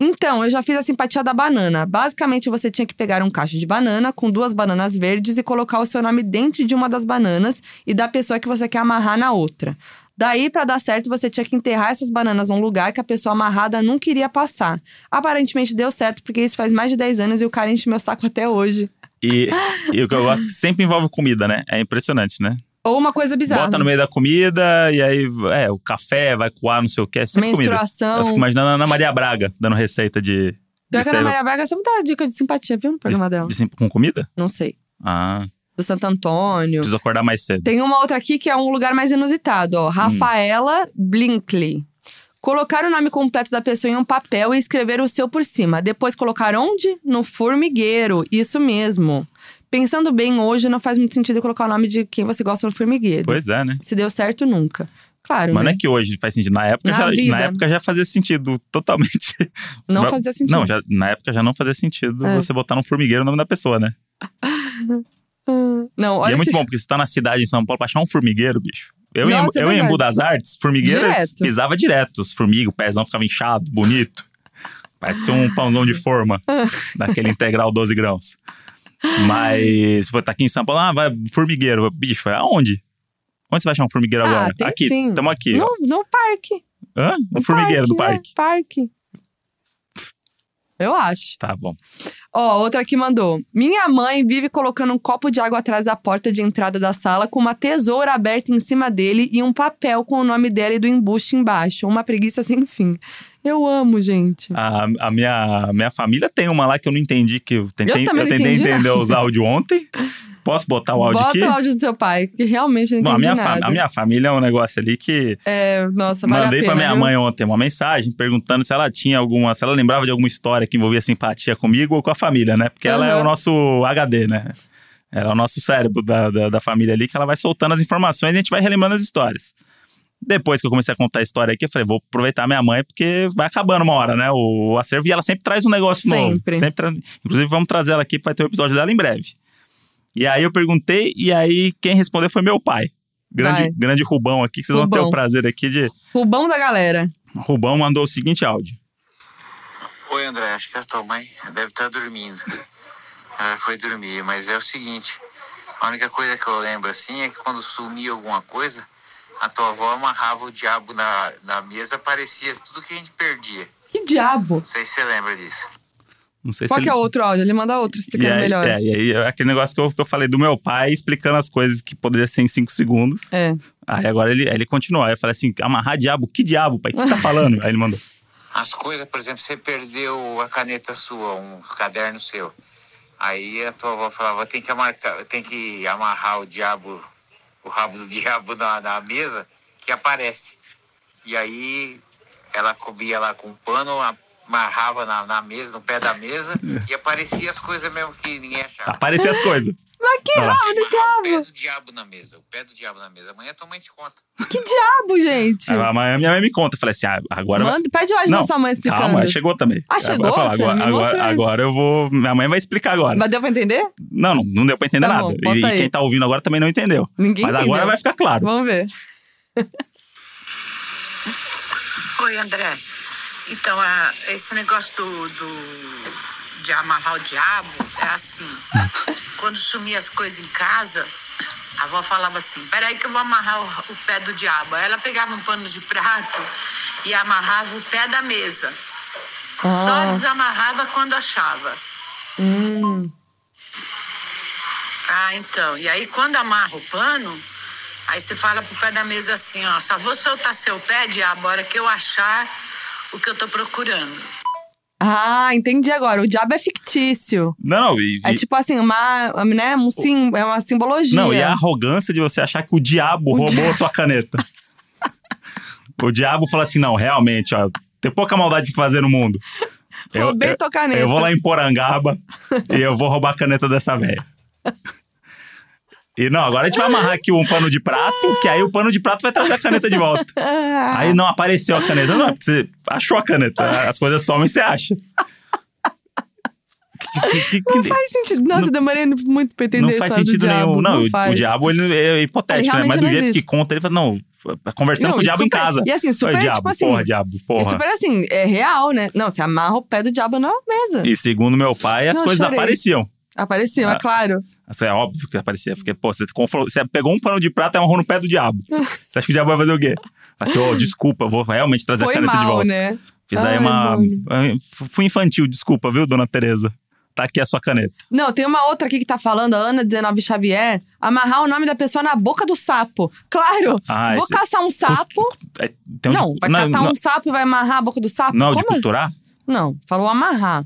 Speaker 2: Então, eu já fiz a simpatia da banana. Basicamente, você tinha que pegar um cacho de banana com duas bananas verdes e colocar o seu nome dentro de uma das bananas e da pessoa que você quer amarrar na outra. Daí, pra dar certo, você tinha que enterrar essas bananas num lugar que a pessoa amarrada nunca iria passar. Aparentemente deu certo, porque isso faz mais de 10 anos e o cara enche meu saco até hoje.
Speaker 3: E, e o que eu gosto é que sempre envolve comida, né? É impressionante, né?
Speaker 2: Ou uma coisa bizarra.
Speaker 3: Bota no meio da comida e aí, é, o café vai coar, não sei o quê. É sempre comida. Eu
Speaker 2: Menstruação.
Speaker 3: fico imaginando a Ana Maria Braga dando receita de. de
Speaker 2: Pior que a Ana
Speaker 3: esteira-
Speaker 2: Maria é Braga sempre dá dica de simpatia, viu? No programa dela.
Speaker 3: de sim- com comida?
Speaker 2: Não sei.
Speaker 3: Ah,
Speaker 2: Do Santo Antônio.
Speaker 3: preciso acordar mais cedo.
Speaker 2: Tem uma outra aqui que é um lugar mais inusitado,
Speaker 3: Hum.
Speaker 2: ó. Rafaela Blinkley. Colocar o nome completo da pessoa em um papel e escrever o seu por cima. Depois colocar onde? No formigueiro. Isso mesmo. Pensando bem, hoje não faz muito sentido colocar o nome de quem você gosta no formigueiro.
Speaker 3: Pois é, né?
Speaker 2: Se deu certo, nunca. Claro,
Speaker 3: Mas não
Speaker 2: né?
Speaker 3: é que hoje faz sentido. Na época,
Speaker 2: Na
Speaker 3: já,
Speaker 2: vida.
Speaker 3: na época já fazia sentido totalmente. Você
Speaker 2: não
Speaker 3: vai-
Speaker 2: fazia sentido.
Speaker 3: Não, já, na época já não fazia sentido
Speaker 2: É.
Speaker 3: você botar num formigueiro o nome da pessoa, né?
Speaker 2: Não,
Speaker 3: e
Speaker 2: olha
Speaker 3: é muito
Speaker 2: esse-
Speaker 3: bom, porque você tá na cidade em São Paulo pra achar um formigueiro, bicho. Eu, em-
Speaker 2: Nossa, é
Speaker 3: eu em
Speaker 2: verdade.
Speaker 3: Embu das Artes, formigueiro
Speaker 2: Direto.
Speaker 3: pisava direto. Os formigos, o pezão ficava inchado, bonito. Parece um pãozão de forma, daquele integral 12 grãos. Mas, pô, tá aqui em São Paulo, ah, vai, formigueiro. Bicho, é aonde? Onde você vai achar um formigueiro
Speaker 2: Ah,
Speaker 3: agora?
Speaker 2: tem
Speaker 3: aqui,
Speaker 2: sim.
Speaker 3: estamos aqui. ó.
Speaker 2: No, no parque.
Speaker 3: Hã? Um
Speaker 2: No
Speaker 3: formigueiro do
Speaker 2: né?
Speaker 3: parque.
Speaker 2: Parque. Eu acho.
Speaker 3: Tá bom.
Speaker 2: Ó, outra aqui mandou. Minha mãe vive colocando um copo de água atrás da porta de entrada da sala com uma tesoura aberta em cima dele e um papel com o nome dela e do embuste embaixo. Uma preguiça sem fim. Eu amo, gente.
Speaker 3: A, a minha, a minha família tem uma lá que eu não entendi, que eu tentei,
Speaker 2: Eu também não
Speaker 3: tentei
Speaker 2: entendi
Speaker 3: entender os áudios ontem. Posso botar o áudio
Speaker 2: Bota
Speaker 3: aqui?
Speaker 2: o áudio do seu pai, que realmente não
Speaker 3: Bom,
Speaker 2: entendi
Speaker 3: a minha,
Speaker 2: nada.
Speaker 3: fam- a minha família é um negócio ali que
Speaker 2: É, nossa, vale
Speaker 3: mandei
Speaker 2: a
Speaker 3: pra
Speaker 2: pena,
Speaker 3: minha
Speaker 2: viu?
Speaker 3: mãe ontem uma mensagem perguntando se ela tinha alguma, se ela lembrava de alguma história que envolvia simpatia comigo ou com a família, né? Porque ela é o
Speaker 2: Aham.
Speaker 3: nosso HD, né? Ela é o nosso cérebro da, da, da família ali, que ela vai soltando as informações e a gente vai relembrando as histórias. Depois que eu comecei a contar a história aqui, eu falei, vou aproveitar minha mãe, porque vai acabando uma hora, né? O acervo, e ela sempre traz um negócio novo.
Speaker 2: Sempre.
Speaker 3: traz- Inclusive, vamos trazer ela aqui, vai ter o episódio dela em breve. E aí eu perguntei, e aí quem respondeu foi meu pai.
Speaker 2: Vai.
Speaker 3: Grande, grande Rubão aqui, que vocês vão ter
Speaker 2: Rubão.
Speaker 3: o prazer aqui de.
Speaker 2: Rubão da galera.
Speaker 3: Rubão mandou o seguinte áudio.
Speaker 5: Oi, André, acho que a tua mãe deve estar dormindo. Ela foi dormir, mas é o seguinte: a única coisa que eu lembro assim é que quando sumia alguma coisa, a tua avó amarrava o diabo na, na mesa, aparecia tudo que a gente perdia.
Speaker 2: Que diabo?
Speaker 5: Não sei se você lembra disso.
Speaker 3: Não sei
Speaker 2: Qual
Speaker 3: se
Speaker 2: que é o outro áudio? Ele manda outro
Speaker 3: e
Speaker 2: explicando
Speaker 3: aí,
Speaker 2: melhor.
Speaker 3: é, e aí é aquele negócio que eu, que eu falei do meu pai explicando as coisas que poderia ser em 5 segundos.
Speaker 2: É.
Speaker 3: Aí agora ele, aí ele continua. Aí eu falei assim: amarrar diabo? Que diabo, pai? O que você tá falando? aí ele mandou.
Speaker 5: As coisas, por exemplo, você perdeu a caneta sua, um caderno seu. Aí a tua avó falava, tem que, amarcar, tem que amarrar o diabo, o rabo do diabo na, na mesa, que aparece. E aí ela cobria lá com um pano, amarrava na, na mesa, no pé da mesa, e aparecia as coisas mesmo que ninguém achava.
Speaker 3: Aparecer as coisas.
Speaker 2: Mas que
Speaker 3: Ah.
Speaker 2: rabo do
Speaker 5: Amarrar o pé
Speaker 2: diabo?
Speaker 5: do diabo na mesa, o pé do diabo na mesa. Amanhã tua mãe te conta.
Speaker 2: Que diabo, gente?
Speaker 3: Aí a minha minha mãe me conta. Eu falei assim: ah, agora. vai-
Speaker 2: Manda, pede o áudio da sua mãe explicando.
Speaker 3: calma, chegou também.
Speaker 2: Ah,
Speaker 3: Agora eu
Speaker 2: chegou?
Speaker 3: falo,
Speaker 2: Você
Speaker 3: Agora,
Speaker 2: me
Speaker 3: agora,
Speaker 2: mostrou isso.
Speaker 3: agora eu vou. Minha mãe vai explicar agora.
Speaker 2: Mas deu pra entender?
Speaker 3: Não, não, não deu pra entender
Speaker 2: Tá
Speaker 3: nada.
Speaker 2: bom,
Speaker 3: e
Speaker 2: bota aí.
Speaker 3: quem tá ouvindo agora também não entendeu.
Speaker 2: Ninguém
Speaker 3: Mas agora
Speaker 2: entendeu.
Speaker 3: vai ficar claro.
Speaker 2: Vamos ver.
Speaker 6: Oi, André. Então, a- esse negócio do, do- de amarrar o diabo é assim. Quando sumia as coisas em casa, a avó falava assim, peraí que eu vou amarrar o, o pé do diabo. Aí ela pegava um pano de prato e amarrava o pé da mesa.
Speaker 2: Ah.
Speaker 6: Só desamarrava quando achava. Ah, então. E aí quando amarra o pano, aí você fala pro pé da mesa assim, ó, só vou soltar seu pé, diabo, a hora que eu achar o que eu tô procurando.
Speaker 2: Ah, entendi agora. O diabo é fictício.
Speaker 3: Não, não, e,
Speaker 2: É
Speaker 3: e-
Speaker 2: tipo assim, uma, né, um sim, é uma simbologia.
Speaker 3: Não, e a arrogância de você achar que o diabo
Speaker 2: O
Speaker 3: roubou
Speaker 2: dia-
Speaker 3: a sua caneta. o diabo fala assim: não, realmente, ó, tem pouca maldade pra fazer no mundo.
Speaker 2: Roubei tua caneta.
Speaker 3: Eu vou lá em Porangaba e eu vou roubar a caneta dessa velha. E não, agora a gente vai amarrar aqui um pano de prato, que aí o pano de prato vai trazer a caneta de volta. Aí não apareceu a caneta, não, é porque você achou a caneta. As coisas somem e você acha. Que- que- que-
Speaker 2: Não faz sentido. Nossa,
Speaker 3: Não-
Speaker 2: eu demorei muito pra entender
Speaker 3: não
Speaker 2: a
Speaker 3: faz
Speaker 2: história do
Speaker 3: sentido
Speaker 2: diabo.
Speaker 3: nenhum. Não, o-
Speaker 2: faz.
Speaker 3: o diabo ele é
Speaker 2: Ele
Speaker 3: hipotético, né?
Speaker 2: realmente
Speaker 3: Mas do
Speaker 2: não
Speaker 3: jeito
Speaker 2: existe.
Speaker 3: que conta, ele fala, não, conversando
Speaker 2: Não,
Speaker 3: com o
Speaker 2: e
Speaker 3: diabo em
Speaker 2: super-
Speaker 3: casa.
Speaker 2: e assim,
Speaker 3: Ô,
Speaker 2: super,
Speaker 3: diabo,
Speaker 2: tipo assim,
Speaker 3: porra, diabo,
Speaker 2: E
Speaker 3: porra.
Speaker 2: super assim, é real, né? Não, você amarra o pé do diabo na mesa.
Speaker 3: E segundo meu pai, as
Speaker 2: Não,
Speaker 3: coisas
Speaker 2: chorei.
Speaker 3: apareciam.
Speaker 2: Apareceu, é
Speaker 3: Ah.
Speaker 2: claro.
Speaker 3: Isso é óbvio que aparecia, porque, pô, você, confron- você pegou um pano de prata e amarrou no pé do diabo. Você acha que o diabo vai fazer o quê? Fala assim, ô, desculpa, vou realmente trazer a
Speaker 2: Foi
Speaker 3: caneta de
Speaker 2: mal,
Speaker 3: volta.
Speaker 2: né?
Speaker 3: Fiz aí
Speaker 2: Ai,
Speaker 3: uma.
Speaker 2: mano.
Speaker 3: Fui infantil, desculpa, viu, dona Tereza? Tá aqui a sua caneta.
Speaker 2: Não, tem uma outra aqui que tá falando, a Ana 19 Xavier, amarrar o nome da pessoa na boca do sapo. Claro!
Speaker 3: Ah,
Speaker 2: vou
Speaker 3: esse-
Speaker 2: caçar um sapo.
Speaker 3: É, tem um
Speaker 2: não,
Speaker 3: de-
Speaker 2: vai
Speaker 3: não,
Speaker 2: catar
Speaker 3: não,
Speaker 2: um sapo e vai amarrar a boca do sapo?
Speaker 3: Não é o de
Speaker 2: Como?
Speaker 3: costurar?
Speaker 2: Não, falou amarrar.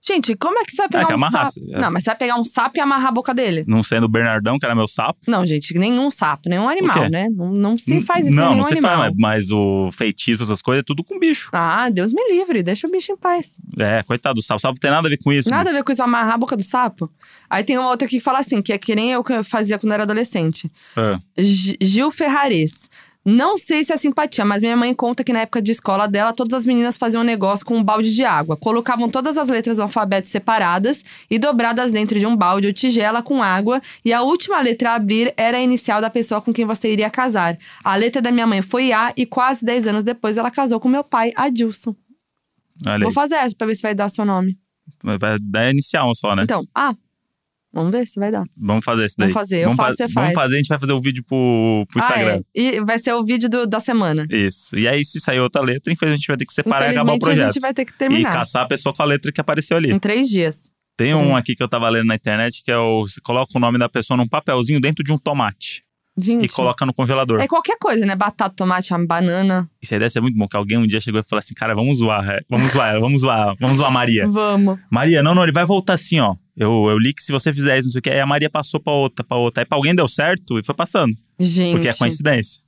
Speaker 2: Gente, como é que você vai pegar
Speaker 3: que
Speaker 2: um
Speaker 3: amarrar,
Speaker 2: sapo?
Speaker 3: se- é.
Speaker 2: Não, mas você vai pegar um sapo e amarrar a boca dele?
Speaker 3: Não sendo o Bernardão, que era meu sapo.
Speaker 2: Não, gente, nenhum sapo, nenhum
Speaker 3: quê?
Speaker 2: animal, né? Não, não se faz isso
Speaker 3: Hum, Não,
Speaker 2: em nenhum
Speaker 3: não se
Speaker 2: animal.
Speaker 3: faz, mas o feitiço, essas coisas, é tudo com bicho.
Speaker 2: Ah, Deus me livre, deixa o bicho em paz.
Speaker 3: É, coitado do sapo. O sapo não tem nada a ver com isso.
Speaker 2: Nada a ver com isso, amarrar a boca do sapo. Aí tem uma outra aqui que fala assim, que é que nem eu que eu fazia quando era adolescente.
Speaker 3: É.
Speaker 2: G- Gil Ferrares. Não sei se é simpatia, mas minha mãe conta que na época de escola dela, todas as meninas faziam um negócio com um balde de água. Colocavam todas as letras do alfabeto separadas e dobradas dentro de um balde ou tigela com água. E a última letra a abrir era a inicial da pessoa com quem você iria casar. A letra da minha mãe foi A e quase 10 anos depois ela casou com meu pai, Adilson.
Speaker 3: Olha
Speaker 2: Vou
Speaker 3: aí.
Speaker 2: fazer essa pra ver se vai dar seu nome.
Speaker 3: Vai dar inicial só, né?
Speaker 2: Então, ah, vamos ver se vai dar.
Speaker 3: Vamos fazer isso daí.
Speaker 2: Vamos fazer, eu faço,
Speaker 3: fa-
Speaker 2: você
Speaker 3: Vamos
Speaker 2: faz.
Speaker 3: fazer, a gente vai fazer o vídeo pro, pro Instagram.
Speaker 2: Ah, é. E vai ser o vídeo do- da semana.
Speaker 3: Isso. E aí, se sair outra letra, infelizmente vai ter que separar e acabar o
Speaker 2: Infelizmente, a
Speaker 3: projeto.
Speaker 2: gente vai ter que
Speaker 3: E
Speaker 2: terminar.
Speaker 3: caçar a pessoa com a letra que apareceu ali.
Speaker 2: Em três dias.
Speaker 3: Tem
Speaker 2: Hum.
Speaker 3: um aqui que eu tava lendo na internet que é o. Você coloca o nome da pessoa num papelzinho dentro de um tomate
Speaker 2: Gente.
Speaker 3: e coloca no congelador.
Speaker 2: É qualquer coisa, né? Batata, tomate, banana.
Speaker 3: Isso aí deve ser muito bom, que alguém um dia chegou e falou assim: cara, vamos zoar, é, vamos zoar ela, vamos zoar, vamos zoar a Maria.
Speaker 2: Vamos.
Speaker 3: Maria, não, não, ele vai voltar assim, ó. Eu, eu li que se você fizer isso, não sei o que, aí a Maria passou pra outra, pra outra. Aí pra alguém deu certo e foi passando,
Speaker 2: Gente.
Speaker 3: porque é coincidência.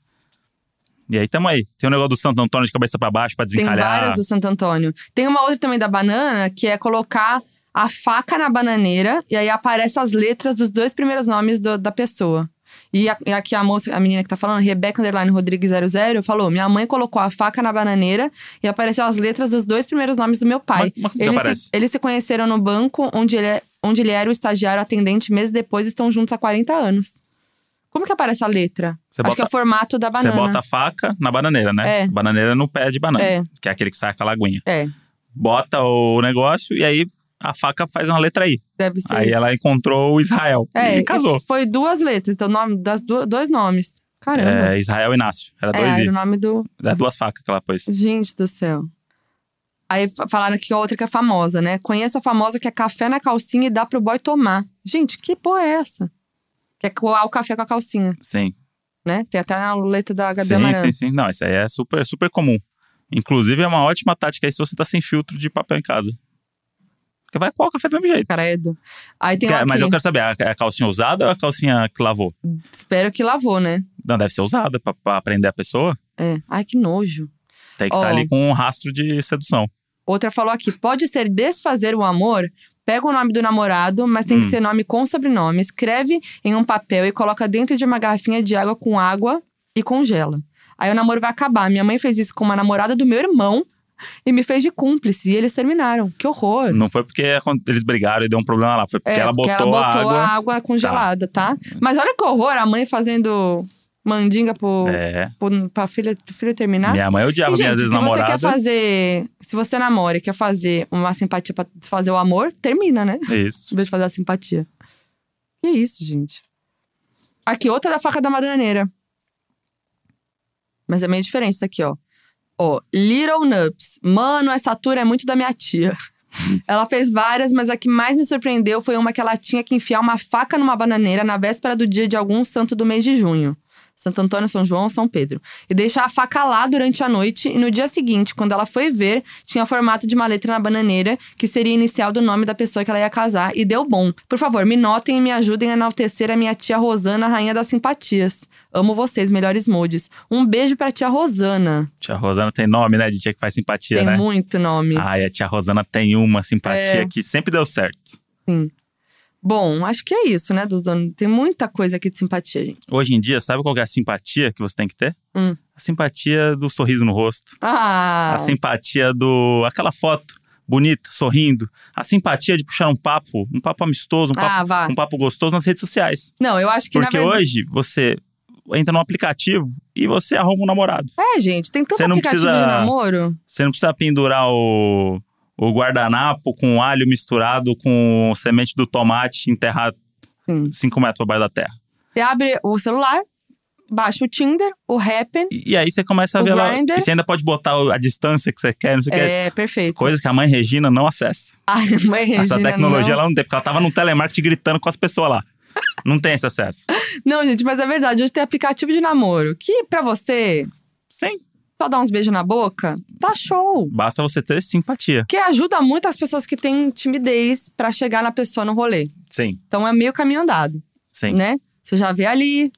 Speaker 3: E aí tamo aí. Tem o negócio do Santo Antônio de cabeça pra baixo pra
Speaker 2: Tem
Speaker 3: desencalhar.
Speaker 2: várias do Santo Antônio. Tem uma outra também da banana, que é colocar a faca na bananeira e aí aparecem as letras dos dois primeiros nomes do- da pessoa. E, a- e aqui a moça, a menina que tá falando, Rebeca Underline Rodrigues 00, falou: Minha mãe colocou a faca na bananeira e apareceu as letras dos dois primeiros nomes do meu pai.
Speaker 3: Mas- mas como que
Speaker 2: Eles
Speaker 3: aparece?
Speaker 2: se, eles se conheceram no banco, onde ele, é- onde ele era o estagiário atendente, meses depois estão juntos há 40 anos. Como que aparece a letra?
Speaker 3: Você
Speaker 2: Acho que é
Speaker 3: bota-
Speaker 2: o formato da
Speaker 3: Você
Speaker 2: banana.
Speaker 3: bota a faca na bananeira, né?
Speaker 2: É.
Speaker 3: Bananeira no pé de banana,
Speaker 2: É.
Speaker 3: que é aquele que sai aquela aguinha.
Speaker 2: É,
Speaker 3: Bota o negócio e aí a faca faz uma letra I.
Speaker 2: deve ser.
Speaker 3: Aí
Speaker 2: isso.
Speaker 3: ela encontrou o Israel
Speaker 2: É,
Speaker 3: e casou.
Speaker 2: Foi duas letras, então nome das duas, dois nomes. Caramba.
Speaker 3: É, Israel Inácio. Era dois
Speaker 2: era
Speaker 3: I.
Speaker 2: o nome do.
Speaker 3: Era duas facas que ela pôs.
Speaker 2: Gente do céu. Aí fa- falaram que a outra que é famosa, né? Conheço a famosa que é café na calcinha e dá pro boy tomar. Gente, que porra é essa? Que é coar o café com a calcinha,
Speaker 3: Sim.
Speaker 2: né? Tem até na letra da Gabi
Speaker 3: Sim,
Speaker 2: Amarantos.
Speaker 3: sim, sim. Não, isso aí é super, super comum. Inclusive, é uma ótima tática aí se você tá sem filtro de papel em casa. Porque vai coar o café do mesmo jeito.
Speaker 2: Credo. é Aí tem
Speaker 3: Quer-
Speaker 2: uma
Speaker 3: mas
Speaker 2: aqui.
Speaker 3: eu quero saber, é a calcinha usada ou é a calcinha que lavou?
Speaker 2: Espero que lavou, né?
Speaker 3: Não, deve ser usada pra, pra prender a pessoa.
Speaker 2: É. Ai, que nojo.
Speaker 3: Tem que estar
Speaker 2: Ó.
Speaker 3: ali com um rastro de sedução.
Speaker 2: Outra falou aqui: pode ser desfazer o amor? Pega o nome do namorado, mas tem
Speaker 3: Hum.
Speaker 2: que ser nome com sobrenome. Escreve em um papel e coloca dentro de uma garrafinha de água com água e congela. Aí o namoro vai acabar. Minha mãe fez isso com uma namorada do meu irmão e me fez de cúmplice. E eles terminaram. Que horror. É,
Speaker 3: Não foi porque acon- eles brigaram e deu um problema lá. Foi porque, Hum, ela,
Speaker 2: porque
Speaker 3: botou
Speaker 2: ela botou
Speaker 3: a
Speaker 2: a
Speaker 3: água.
Speaker 2: água congelada, tá? Mas olha que horror a mãe fazendo mandinga pro,
Speaker 3: É.
Speaker 2: pro- pra filha, pro filho terminar.
Speaker 3: Minha mãe
Speaker 2: né? E,
Speaker 3: odiava
Speaker 2: gente,
Speaker 3: minhas
Speaker 2: se você quer
Speaker 3: ex-namoradas.
Speaker 2: fazer. Se você namora e quer fazer uma simpatia pra fazer o amor, termina, né?
Speaker 3: Isso.
Speaker 2: Em vez de fazer a simpatia. Que isso, gente. Aqui, outra da faca da bananeira. Mas é meio diferente isso aqui, ó. Ó, Little Nups. Mano, essa tour é muito da minha tia. Ela fez várias, mas a que mais me surpreendeu foi uma que ela tinha que enfiar uma faca numa bananeira na véspera do dia de algum santo do mês de junho. Santo Antônio, São João, São Pedro. E deixar a faca lá durante a noite e no dia seguinte, quando ela foi ver, tinha formato de uma letra na bananeira, que seria a inicial do nome da pessoa que ela ia casar, e deu bom. Por favor, me notem e me ajudem a enaltecer a minha tia Rosana, rainha das simpatias. Amo vocês, melhores modes. Um beijo pra tia Rosana.
Speaker 3: Tia Rosana tem nome, né? De tia que faz simpatia,
Speaker 2: Tem
Speaker 3: né?
Speaker 2: muito nome.
Speaker 3: Ai, a tia Rosana tem uma simpatia
Speaker 2: É.
Speaker 3: que sempre deu certo.
Speaker 2: Bom, acho que é isso, né, dos donos? Tem muita coisa aqui de simpatia, gente.
Speaker 3: Hoje em dia, sabe qual que é a simpatia que você tem que ter?
Speaker 2: Hum.
Speaker 3: A simpatia do sorriso no rosto.
Speaker 2: Ah!
Speaker 3: A simpatia do. aquela foto bonita, sorrindo. A simpatia de puxar um papo, um papo amistoso, um papo,
Speaker 2: ah, vá.
Speaker 3: um papo gostoso nas redes sociais.
Speaker 2: Não, eu acho que
Speaker 3: Porque
Speaker 2: na verdade.
Speaker 3: hoje você entra num aplicativo e você arruma um namorado.
Speaker 2: É, gente, tem tanto
Speaker 3: Você não
Speaker 2: aplicativo
Speaker 3: precisa-
Speaker 2: de namoro.
Speaker 3: Você não precisa pendurar o, o guardanapo com alho misturado com semente do tomate enterrado
Speaker 2: Sim.
Speaker 3: 5 metros abaixo da terra.
Speaker 2: Você abre o celular, baixa o Tinder, o Happn.
Speaker 3: E, e aí você começa a
Speaker 2: O
Speaker 3: ver lá.
Speaker 2: Grindr.
Speaker 3: E você ainda pode botar o- a distância que você quer, não sei o que.
Speaker 2: É, perfeito.
Speaker 3: Coisas que a mãe Regina não acessa.
Speaker 2: Ai, é mãe Regina,
Speaker 3: Essa tecnologia
Speaker 2: não.
Speaker 3: ela não tem, porque ela tava no telemarketing gritando com as pessoas lá. Não tem esse acesso.
Speaker 2: Não, gente, mas é verdade. Hoje tem aplicativo de namoro. Que pra você,
Speaker 3: Sim.
Speaker 2: só dar uns beijos na boca, tá show.
Speaker 3: Basta você ter simpatia.
Speaker 2: Que ajuda muito as pessoas que têm timidez pra chegar na pessoa no rolê.
Speaker 3: Sim,
Speaker 2: Então é meio caminho andado,
Speaker 3: sim.
Speaker 2: né? Você já vê ali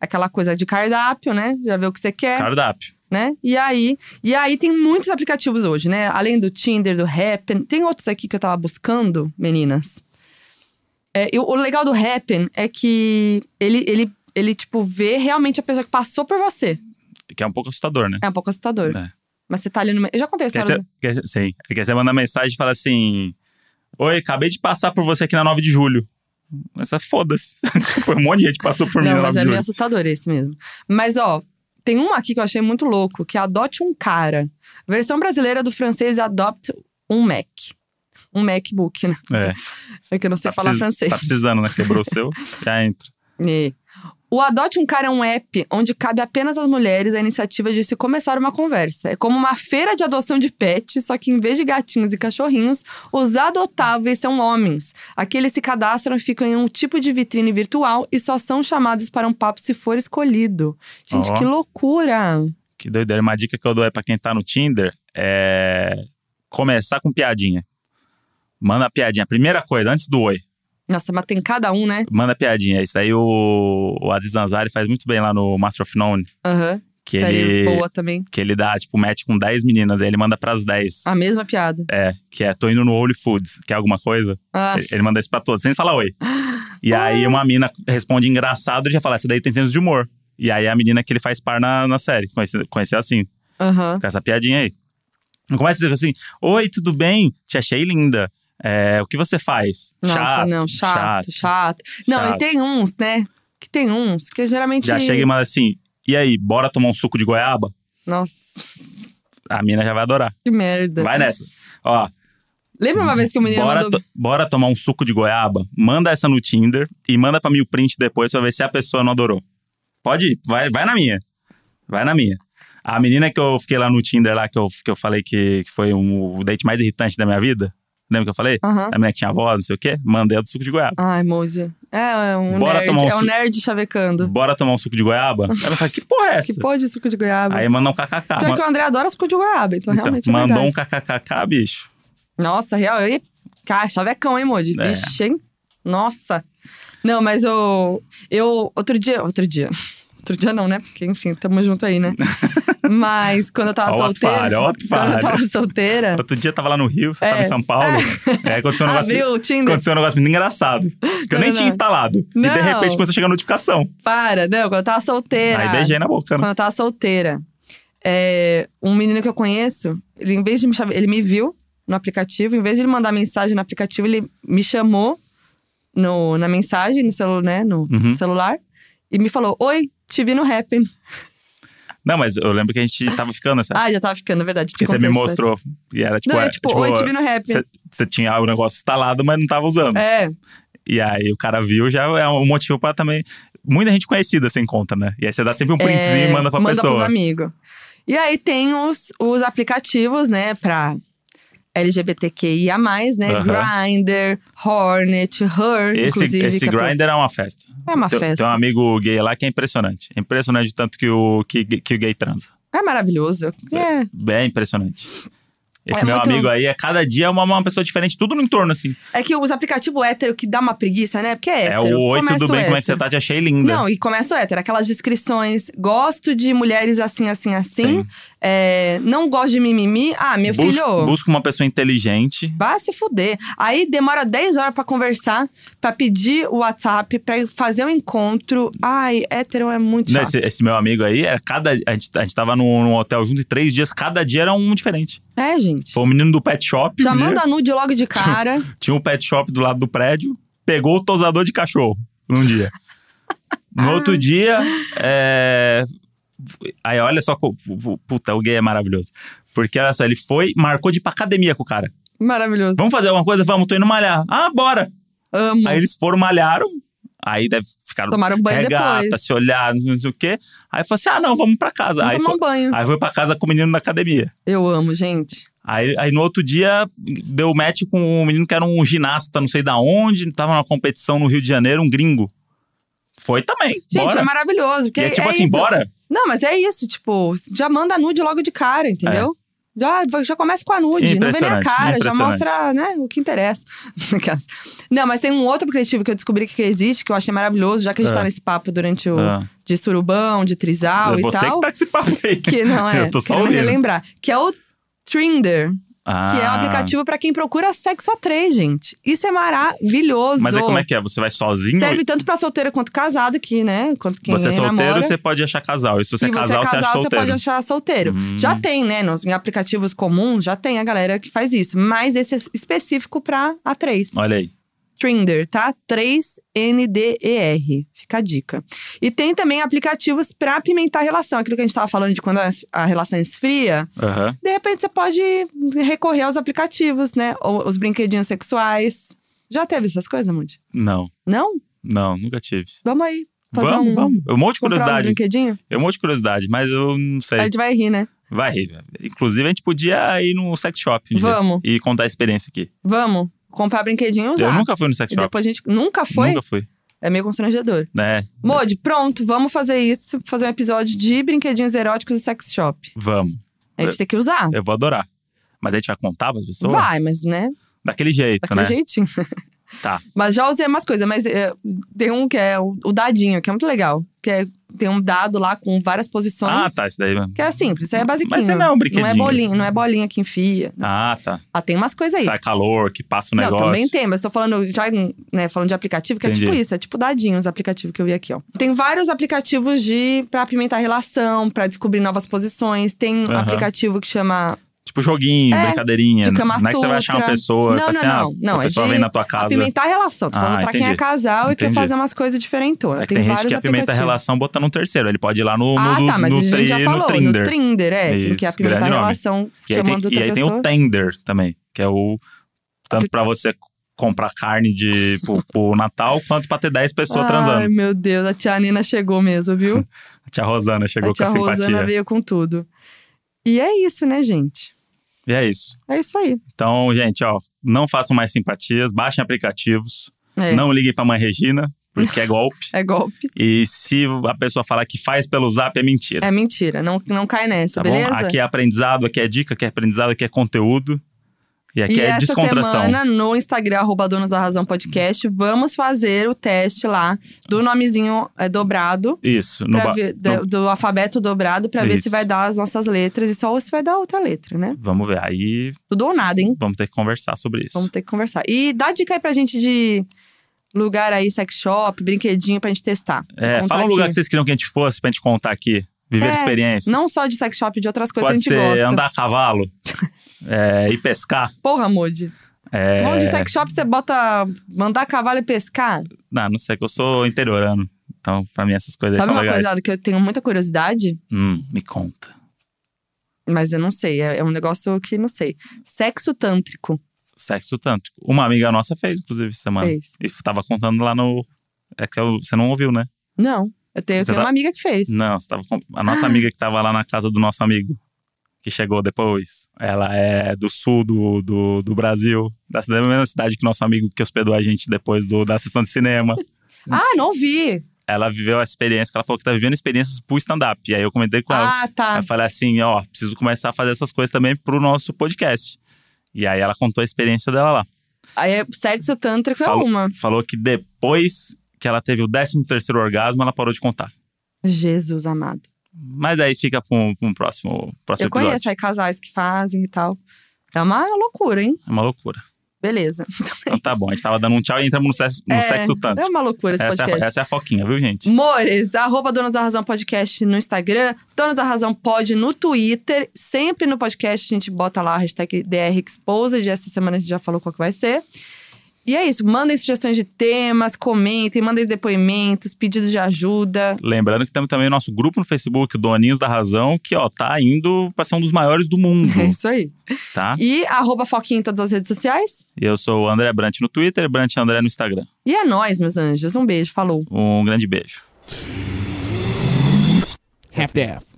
Speaker 2: aquela coisa de cardápio, né? Já vê o que você quer,
Speaker 3: Cardápio.
Speaker 2: né? E aí, e aí tem muitos aplicativos hoje, né? Além do Tinder, do Happn, tem outros aqui que eu tava buscando, meninas. É, eu- o legal do Happn é que ele, ele, ele tipo vê realmente a pessoa que passou por você.
Speaker 3: Que é um pouco assustador, né?
Speaker 2: É um pouco assustador.
Speaker 3: É.
Speaker 2: Mas você tá ali no meio. Eu já contei a
Speaker 3: Quer
Speaker 2: história.
Speaker 3: ser, quer ser, sim. É Quer ser mandar mensagem e falar assim: Oi, acabei de passar por você aqui na 9 de julho. Essa foda-se. Tipo, um monte de gente passou por mim
Speaker 2: Não,
Speaker 3: na 9
Speaker 2: mas é
Speaker 3: de
Speaker 2: meio
Speaker 3: julho.
Speaker 2: assustador esse mesmo. Mas, ó, tem um aqui que eu achei muito louco, que é Adote um Cara. Versão brasileira do francês Adopt um Mac. Um MacBook, né?
Speaker 3: É,
Speaker 2: É que eu não sei falar
Speaker 3: precisa-
Speaker 2: francês.
Speaker 3: Tá precisando, né? Quebrou o seu, já entra.
Speaker 2: É. O Adote um Cara é um app onde cabe apenas às mulheres a iniciativa de se começar uma conversa. É como uma feira de adoção de pets, só que em vez de gatinhos e cachorrinhos, os adotáveis são homens. Aqui eles se cadastram e ficam em um tipo de vitrine virtual e só são chamados para um papo se for escolhido. Gente,
Speaker 3: Ó.
Speaker 2: que loucura!
Speaker 3: Que doideira. Uma dica que eu dou é pra quem tá no Tinder é começar com piadinha. Manda a piadinha. Primeira coisa, antes do oi,
Speaker 2: Nossa, mas tem cada um, né?
Speaker 3: manda a piadinha. Isso aí o, o Aziz Ansari faz muito bem lá no Master of None.
Speaker 2: Aham.
Speaker 3: Que
Speaker 2: Série
Speaker 3: ele,
Speaker 2: boa também.
Speaker 3: que ele dá, tipo, match com 10 meninas, aí ele manda pras 10.
Speaker 2: A mesma piada.
Speaker 3: É, que é, tô indo no Holy Foods, quer alguma coisa?
Speaker 2: Ah,
Speaker 3: Ele- Ele manda isso pra todos, sem falar oi. E aí uma mina responde engraçado e já fala, essa daí tem senso de humor. E aí a menina que ele faz par na, na série, conhece- conheceu assim,
Speaker 2: aham.
Speaker 3: com essa piadinha aí. Não começa assim, oi, tudo bem? Te achei linda. É, o que você faz?
Speaker 2: Nossa,
Speaker 3: chato,
Speaker 2: não, chato, chato. Não,
Speaker 3: chato.
Speaker 2: e tem uns, né? Que tem uns que geralmente.
Speaker 3: Já chega e manda assim, e aí, bora tomar um suco de goiaba?
Speaker 2: Nossa,
Speaker 3: A mina já vai adorar.
Speaker 2: que merda.
Speaker 3: Vai nessa. Ó,
Speaker 2: Lembra uma vez que o menino
Speaker 3: Bora,
Speaker 2: Uhum. mandou.
Speaker 3: to- bora tomar um suco de goiaba? Manda essa no Tinder e manda pra mim o print depois pra ver se a pessoa não adorou. Pode ir, vai, vai na minha. Vai na minha. A menina que eu fiquei lá no Tinder, lá que eu, que eu falei que, que foi um, o date mais irritante da minha vida, lembra que eu falei?
Speaker 2: Aham.
Speaker 3: A menina que tinha voz, não sei o quê, mandei a do suco de goiaba.
Speaker 2: Ai, Moji. É, é um
Speaker 3: Bora
Speaker 2: nerd.
Speaker 3: tomar um
Speaker 2: é um
Speaker 3: su-
Speaker 2: nerd chavecando.
Speaker 3: Bora tomar um suco de goiaba? Ela fala, que porra é essa?
Speaker 2: Que pô de suco de goiaba.
Speaker 3: Aí manda um kkk.
Speaker 2: Pior que
Speaker 3: man-
Speaker 2: o André adora suco de goiaba, então,
Speaker 3: Então,
Speaker 2: realmente é
Speaker 3: mandou um
Speaker 2: verdade.
Speaker 3: kkkk, bicho.
Speaker 2: Nossa, real. E... Cara, chavecão, hein, Moji?
Speaker 3: É.
Speaker 2: Vixe, hein? Nossa. Não, mas eu. Eu. Outro dia. Outro dia. Outro dia não, né? Porque, enfim, tamo junto aí, né? mas quando eu tava
Speaker 3: Ó o
Speaker 2: solteira.
Speaker 3: otário, ó o
Speaker 2: quando eu tava
Speaker 3: otário.
Speaker 2: solteira.
Speaker 3: Outro dia tava lá no Rio, você tava
Speaker 2: É.
Speaker 3: em São Paulo. É, aconteceu um negócio.
Speaker 2: Abriu o Tinder.
Speaker 3: Aconteceu um negócio muito engraçado. Que eu
Speaker 2: Não,
Speaker 3: nem
Speaker 2: não,
Speaker 3: tinha
Speaker 2: não.
Speaker 3: instalado. E de
Speaker 2: Não.
Speaker 3: repente começou a chegar a notificação.
Speaker 2: Para, não, quando eu tava solteira.
Speaker 3: Aí beijei na boca, né?
Speaker 2: Quando eu tava solteira. é, um menino que eu conheço, ele em vez de me chamar, ele me viu no aplicativo, em vez de ele mandar mensagem no aplicativo, ele me chamou no, na mensagem, no, celu, né, no
Speaker 3: Uhum.
Speaker 2: celular, e me falou: Oi, te vi no Happn.
Speaker 3: Não, mas eu lembro que a gente tava ficando, sabe?
Speaker 2: Ah, já tava ficando, é verdade. te
Speaker 3: Porque Tá. você me
Speaker 2: contei a história.
Speaker 3: mostrou. E era tipo.
Speaker 2: Não,
Speaker 3: é,
Speaker 2: é tipo, oi, te vi no Happn.
Speaker 3: Você você tinha o negócio instalado, mas não tava usando.
Speaker 2: É,
Speaker 3: E aí o cara viu, já é um motivo pra também. Muita gente conhecida sem conta, né? E aí você dá sempre um printzinho
Speaker 2: É,
Speaker 3: e manda pra
Speaker 2: manda
Speaker 3: pessoa.
Speaker 2: pros amigos. E aí tem os, os aplicativos, né, pra LGBTQIA+, né?
Speaker 3: Aham.
Speaker 2: Grindr, Hornet, Her,
Speaker 3: Esse,
Speaker 2: inclusive.
Speaker 3: esse
Speaker 2: que é pro-
Speaker 3: grinder é uma festa.
Speaker 2: É uma
Speaker 3: Tem-
Speaker 2: festa.
Speaker 3: Tem um amigo gay lá que é impressionante. É impressionante o tanto que o, que, que o gay transa.
Speaker 2: É maravilhoso. É.
Speaker 3: Bem impressionante. Esse
Speaker 2: É
Speaker 3: meu
Speaker 2: muito-
Speaker 3: amigo aí, é cada dia é uma, uma pessoa diferente, tudo no entorno, assim.
Speaker 2: É que os aplicativos hétero que dá uma preguiça, né? Porque é
Speaker 3: É
Speaker 2: hétero.
Speaker 3: o oi,
Speaker 2: Começa
Speaker 3: tudo bem,
Speaker 2: o
Speaker 3: como é que você
Speaker 2: hétero.
Speaker 3: tá? Te achei linda.
Speaker 2: Não, e começa o hétero. Aquelas descrições. Gosto de mulheres assim, assim, assim.
Speaker 3: Sim.
Speaker 2: É, não gosto de mimimi. Ah, meu
Speaker 3: Bus-
Speaker 2: filho…
Speaker 3: Busca uma pessoa inteligente.
Speaker 2: Vai se fuder. Aí demora 10 horas pra conversar, pra pedir o WhatsApp, pra fazer um encontro. Ai, hétero é muito
Speaker 3: Né,
Speaker 2: chato.
Speaker 3: Esse, esse meu amigo aí, era cada, a, gente, a gente tava num, num hotel junto e três dias, cada dia era um diferente.
Speaker 2: É, gente.
Speaker 3: Foi o menino do pet shop,
Speaker 2: Já
Speaker 3: né?
Speaker 2: manda nude logo de cara.
Speaker 3: tinha um pet shop do lado do prédio, pegou o tosador de cachorro num dia. No outro dia, é... aí olha só, co- pu- pu- puta, o gay é maravilhoso. Porque olha só, ele foi, marcou de ir pra academia com o cara.
Speaker 2: Maravilhoso.
Speaker 3: Vamos fazer alguma coisa? Vamos, tô indo malhar. Ah, bora!
Speaker 2: Amo.
Speaker 3: Aí eles foram, malharam. Aí deve ficar
Speaker 2: Tomaram banho
Speaker 3: regata,
Speaker 2: depois.
Speaker 3: se olhar, não sei o quê. Aí eu falei assim: ah, não, vamos pra casa.
Speaker 2: Vamos
Speaker 3: Aí
Speaker 2: tomar um
Speaker 3: foi,
Speaker 2: banho.
Speaker 3: aí foi pra casa com o menino na academia.
Speaker 2: Eu amo, gente.
Speaker 3: Aí, aí no outro dia deu match com um menino que era um ginasta, não sei da onde, tava numa competição no Rio de Janeiro, um gringo. Foi também.
Speaker 2: Gente,
Speaker 3: bora.
Speaker 2: é maravilhoso. Porque
Speaker 3: E é tipo assim,
Speaker 2: isso.
Speaker 3: bora.
Speaker 2: Não, mas é isso, tipo, já manda nude logo de cara, entendeu? Já, já começa com a nude, não vê nem a
Speaker 3: É. Impressionante,
Speaker 2: cara, já
Speaker 3: impressionante.
Speaker 2: mostra né, o que interessa. Aquelas. não, mas tem um outro aplicativo que eu descobri que existe, que eu achei maravilhoso, já que a gente
Speaker 3: É.
Speaker 2: tá nesse papo durante o.
Speaker 3: Ah,
Speaker 2: de surubão, de trisal
Speaker 3: é
Speaker 2: e
Speaker 3: você que
Speaker 2: tal.
Speaker 3: tá com esse papo aí.
Speaker 2: Que não é.
Speaker 3: Eu tô só
Speaker 2: querendo
Speaker 3: ouvindo.
Speaker 2: relembrar. Que é o Trinder,
Speaker 3: Ah,
Speaker 2: que é um aplicativo pra quem procura sexo a três, gente. Isso é maravilhoso.
Speaker 3: Mas aí como é que é? Você vai sozinho?
Speaker 2: Serve tanto pra solteiro quanto casado, que, né? Quanto quem
Speaker 3: você é solteiro,
Speaker 2: namora.
Speaker 3: você pode achar casal. E se você
Speaker 2: Se
Speaker 3: é casal,
Speaker 2: você é
Speaker 3: acha
Speaker 2: casal, você
Speaker 3: solteiro.
Speaker 2: pode achar solteiro.
Speaker 3: Hum.
Speaker 2: Já tem, né? Nos, em aplicativos comuns, já tem a galera que faz isso. Mas esse é específico pra A3.
Speaker 3: Olha aí.
Speaker 2: Trinder, tá? 3NDER. Fica a dica. E tem também aplicativos pra apimentar a relação. Aquilo que a gente tava falando de quando a- a relação esfria.
Speaker 3: Aham.
Speaker 2: De repente você pode recorrer aos aplicativos, né? Ou os brinquedinhos sexuais. Já teve essas coisas, Mude?
Speaker 3: Não,
Speaker 2: Não?
Speaker 3: não, nunca tive.
Speaker 2: Vamos aí. Fazer
Speaker 3: vamos,
Speaker 2: um,
Speaker 3: vamos. Um monte de
Speaker 2: comprar uns
Speaker 3: curiosidade.
Speaker 2: brinquedinho?
Speaker 3: Eu um monte de curiosidade, mas eu não sei.
Speaker 2: A gente vai rir, né?
Speaker 3: Vai rir. Inclusive, a gente podia ir no sex shop. um dia
Speaker 2: Vamos.
Speaker 3: E contar a experiência aqui.
Speaker 2: Vamos comprar brinquedinho e usar.
Speaker 3: Eu nunca fui no sex
Speaker 2: E
Speaker 3: shop.
Speaker 2: depois a gente. Nunca foi?
Speaker 3: Nunca fui.
Speaker 2: É meio constrangedor.
Speaker 3: Né?
Speaker 2: Mode, pronto, vamos fazer isso. Fazer um episódio de brinquedinhos eróticos e sex shop.
Speaker 3: Vamos.
Speaker 2: A gente tem que usar.
Speaker 3: Eu vou adorar. Mas a gente vai contar pras pessoas?
Speaker 2: Vai, mas né?
Speaker 3: Daquele jeito,
Speaker 2: Daquele
Speaker 3: né?
Speaker 2: jeitinho.
Speaker 3: Tá.
Speaker 2: Mas já usei umas coisas, mas é, tem um que é o, o dadinho, que é muito legal. Que é, tem um dado lá com várias posições.
Speaker 3: Ah, tá. Isso daí mesmo.
Speaker 2: Que então é simples, é basiquinho.
Speaker 3: Mas isso não é um
Speaker 2: Não é
Speaker 3: brinquedinho.
Speaker 2: bolinha, não é bolinha que enfia.
Speaker 3: Ah, tá.
Speaker 2: Ah, tem umas coisas aí.
Speaker 3: Sai calor, que passa o
Speaker 2: não,
Speaker 3: negócio.
Speaker 2: também tem, mas tô falando, já, né, falando de aplicativo, que é tipo
Speaker 3: Entendi.
Speaker 2: isso, é tipo dadinho os aplicativos que eu vi aqui, ó. Tem vários aplicativos de pra apimentar a relação, pra descobrir novas posições. Tem um
Speaker 3: Aham.
Speaker 2: aplicativo que chama
Speaker 3: Tipo joguinho,
Speaker 2: É,
Speaker 3: brincadeirinha.
Speaker 2: de Kama
Speaker 3: não é que você vai achar uma
Speaker 2: Sutra.
Speaker 3: pessoa.
Speaker 2: Não,
Speaker 3: fala
Speaker 2: não,
Speaker 3: assim, ah,
Speaker 2: não. Não,
Speaker 3: a
Speaker 2: é
Speaker 3: pessoa
Speaker 2: de
Speaker 3: vem na tua casa.
Speaker 2: apimentar a relação. Tô
Speaker 3: Ah,
Speaker 2: falando pra quem é
Speaker 3: entendi.
Speaker 2: casal e quer
Speaker 3: Entendi.
Speaker 2: fazer umas coisas diferentonas.
Speaker 3: É que tem, gente
Speaker 2: vários
Speaker 3: que apimenta a
Speaker 2: aplicativos.
Speaker 3: relação botando um terceiro. Ele pode ir lá no, no,
Speaker 2: Ah,
Speaker 3: do-
Speaker 2: tá, mas
Speaker 3: no,
Speaker 2: a gente
Speaker 3: tri-
Speaker 2: já
Speaker 3: no
Speaker 2: falou,
Speaker 3: Trinder.
Speaker 2: no Trinder, é, quem quer
Speaker 3: Isso,
Speaker 2: apimentar a
Speaker 3: grande nome.
Speaker 2: relação
Speaker 3: E aí,
Speaker 2: chamando
Speaker 3: tem, e
Speaker 2: outra
Speaker 3: aí tem
Speaker 2: pessoa.
Speaker 3: o Tender também, que é o. Tanto pra você comprar carne de, pro, pro Natal, quanto pra ter 10 pessoas
Speaker 2: Ai,
Speaker 3: transando.
Speaker 2: meu Deus, a tia Nina chegou mesmo, viu?
Speaker 3: A tia Rosana chegou
Speaker 2: a tia
Speaker 3: com a simpatia.
Speaker 2: Rosana né, veio com tudo. E é isso, né, gente?
Speaker 3: E é isso.
Speaker 2: É isso aí.
Speaker 3: Então, gente, ó, não façam mais simpatias, baixem aplicativos,
Speaker 2: É,
Speaker 3: não liguem pra mãe Regina, porque é golpe.
Speaker 2: é golpe.
Speaker 3: e se a pessoa falar que faz pelo zap, é mentira.
Speaker 2: É mentira, não, não cai
Speaker 3: tá
Speaker 2: nessa, beleza?
Speaker 3: bom? Aqui é aprendizado, aqui é dica, aqui é aprendizado, aqui é conteúdo. E aqui
Speaker 2: e
Speaker 3: é
Speaker 2: essa
Speaker 3: descontração.
Speaker 2: semana, no Instagram, arroba Donos da Razão Podcast, vamos fazer o teste lá do nomezinho é, dobrado,
Speaker 3: Isso. No
Speaker 2: pra
Speaker 3: ba-
Speaker 2: ver- da-
Speaker 3: no-
Speaker 2: do alfabeto dobrado, pra ver se
Speaker 3: Isso.
Speaker 2: vai dar as nossas letras e só se vai dar outra letra, né?
Speaker 3: Vamos ver. Aí
Speaker 2: Tudo ou nada, hein?
Speaker 3: vamos ter que conversar sobre isso.
Speaker 2: Vamos ter que conversar. E dá dica aí pra gente de lugar aí, sex shop, brinquedinho pra gente testar.
Speaker 3: É,
Speaker 2: Contar
Speaker 3: fala um
Speaker 2: aqui.
Speaker 3: lugar que vocês queriam que a gente fosse pra gente contar aqui. Viver
Speaker 2: É,
Speaker 3: experiências.
Speaker 2: Não só de sex shop, de outras coisas
Speaker 3: Pode
Speaker 2: que a gente
Speaker 3: ser
Speaker 2: gosta.
Speaker 3: andar a cavalo, é, ir pescar.
Speaker 2: Porra, Moody.
Speaker 3: É...
Speaker 2: Onde sex shop você bota mandar cavalo e pescar?
Speaker 3: Não, não sei, que eu sou interiorano. Então, pra mim, essas coisas aí
Speaker 2: Sabe
Speaker 3: são
Speaker 2: uma
Speaker 3: legais.
Speaker 2: Tá coisa que eu tenho muita curiosidade?
Speaker 3: Hum, me conta.
Speaker 2: Mas eu não sei, é, é um negócio que não sei. Sexo tântrico.
Speaker 3: Sexo tântrico. Uma amiga nossa fez, inclusive, essa semana.
Speaker 2: Fez.
Speaker 3: E tava contando lá no. É que eu- você não ouviu, né?
Speaker 2: Não, eu tenho, eu
Speaker 3: Você
Speaker 2: tenho
Speaker 3: tá-
Speaker 2: uma amiga que fez.
Speaker 3: Não, você tava com... a nossa
Speaker 2: Ah.
Speaker 3: amiga que tava lá na casa do nosso amigo, que chegou depois. Ela é do sul do, do, do Brasil, da cida- mesma cidade que nosso amigo que hospedou a gente depois do, da sessão de cinema.
Speaker 2: Ah, não vi.
Speaker 3: Ela viveu a experiência, que ela falou que tá vivendo experiências pro stand-up. E aí eu comentei com ela.
Speaker 2: Ah, tá.
Speaker 3: Eu falei assim, ó, preciso começar a fazer essas coisas também pro nosso podcast. E aí ela contou a experiência dela lá.
Speaker 2: Aí é- sexo tântrico
Speaker 3: Fala-
Speaker 2: é uma.
Speaker 3: Falou que depois que ela teve o 13 terceiro orgasmo, ela parou de contar.
Speaker 2: Jesus amado.
Speaker 3: Mas aí fica pra um, pra um próximo, próximo
Speaker 2: Eu
Speaker 3: episódio.
Speaker 2: conheço aí casais que fazem e tal. É uma loucura, hein?
Speaker 3: É uma loucura.
Speaker 2: Beleza.
Speaker 3: Então tá bom, a gente tava dando um tchau e entramos no sexo, no
Speaker 2: É,
Speaker 3: sexo tanto.
Speaker 2: É uma loucura esse
Speaker 3: Ah. Essa é, a,
Speaker 2: podcast.
Speaker 3: essa é a foquinha, viu, gente?
Speaker 2: Mores, arroba Donos da Razão Podcast no Instagram, Donos da Razão Pod no Twitter. Sempre no podcast a gente bota lá a hashtag DRExposed. Essa semana a gente já falou qual que vai ser. E é isso. Mandem sugestões de temas, comentem, mandem depoimentos, pedidos de ajuda.
Speaker 3: Lembrando que temos também o nosso grupo no Facebook, o Doninhos da Razão, que ó, tá indo pra ser um dos maiores do mundo,
Speaker 2: É isso aí.
Speaker 3: tá?
Speaker 2: E arroba Foquinha em todas as redes sociais.
Speaker 3: Eu sou o André Brant no Twitter, Brant André no Instagram.
Speaker 2: E é nóis, meus anjos. Um beijo, falou.
Speaker 3: Um grande beijo.
Speaker 7: Half-deaf.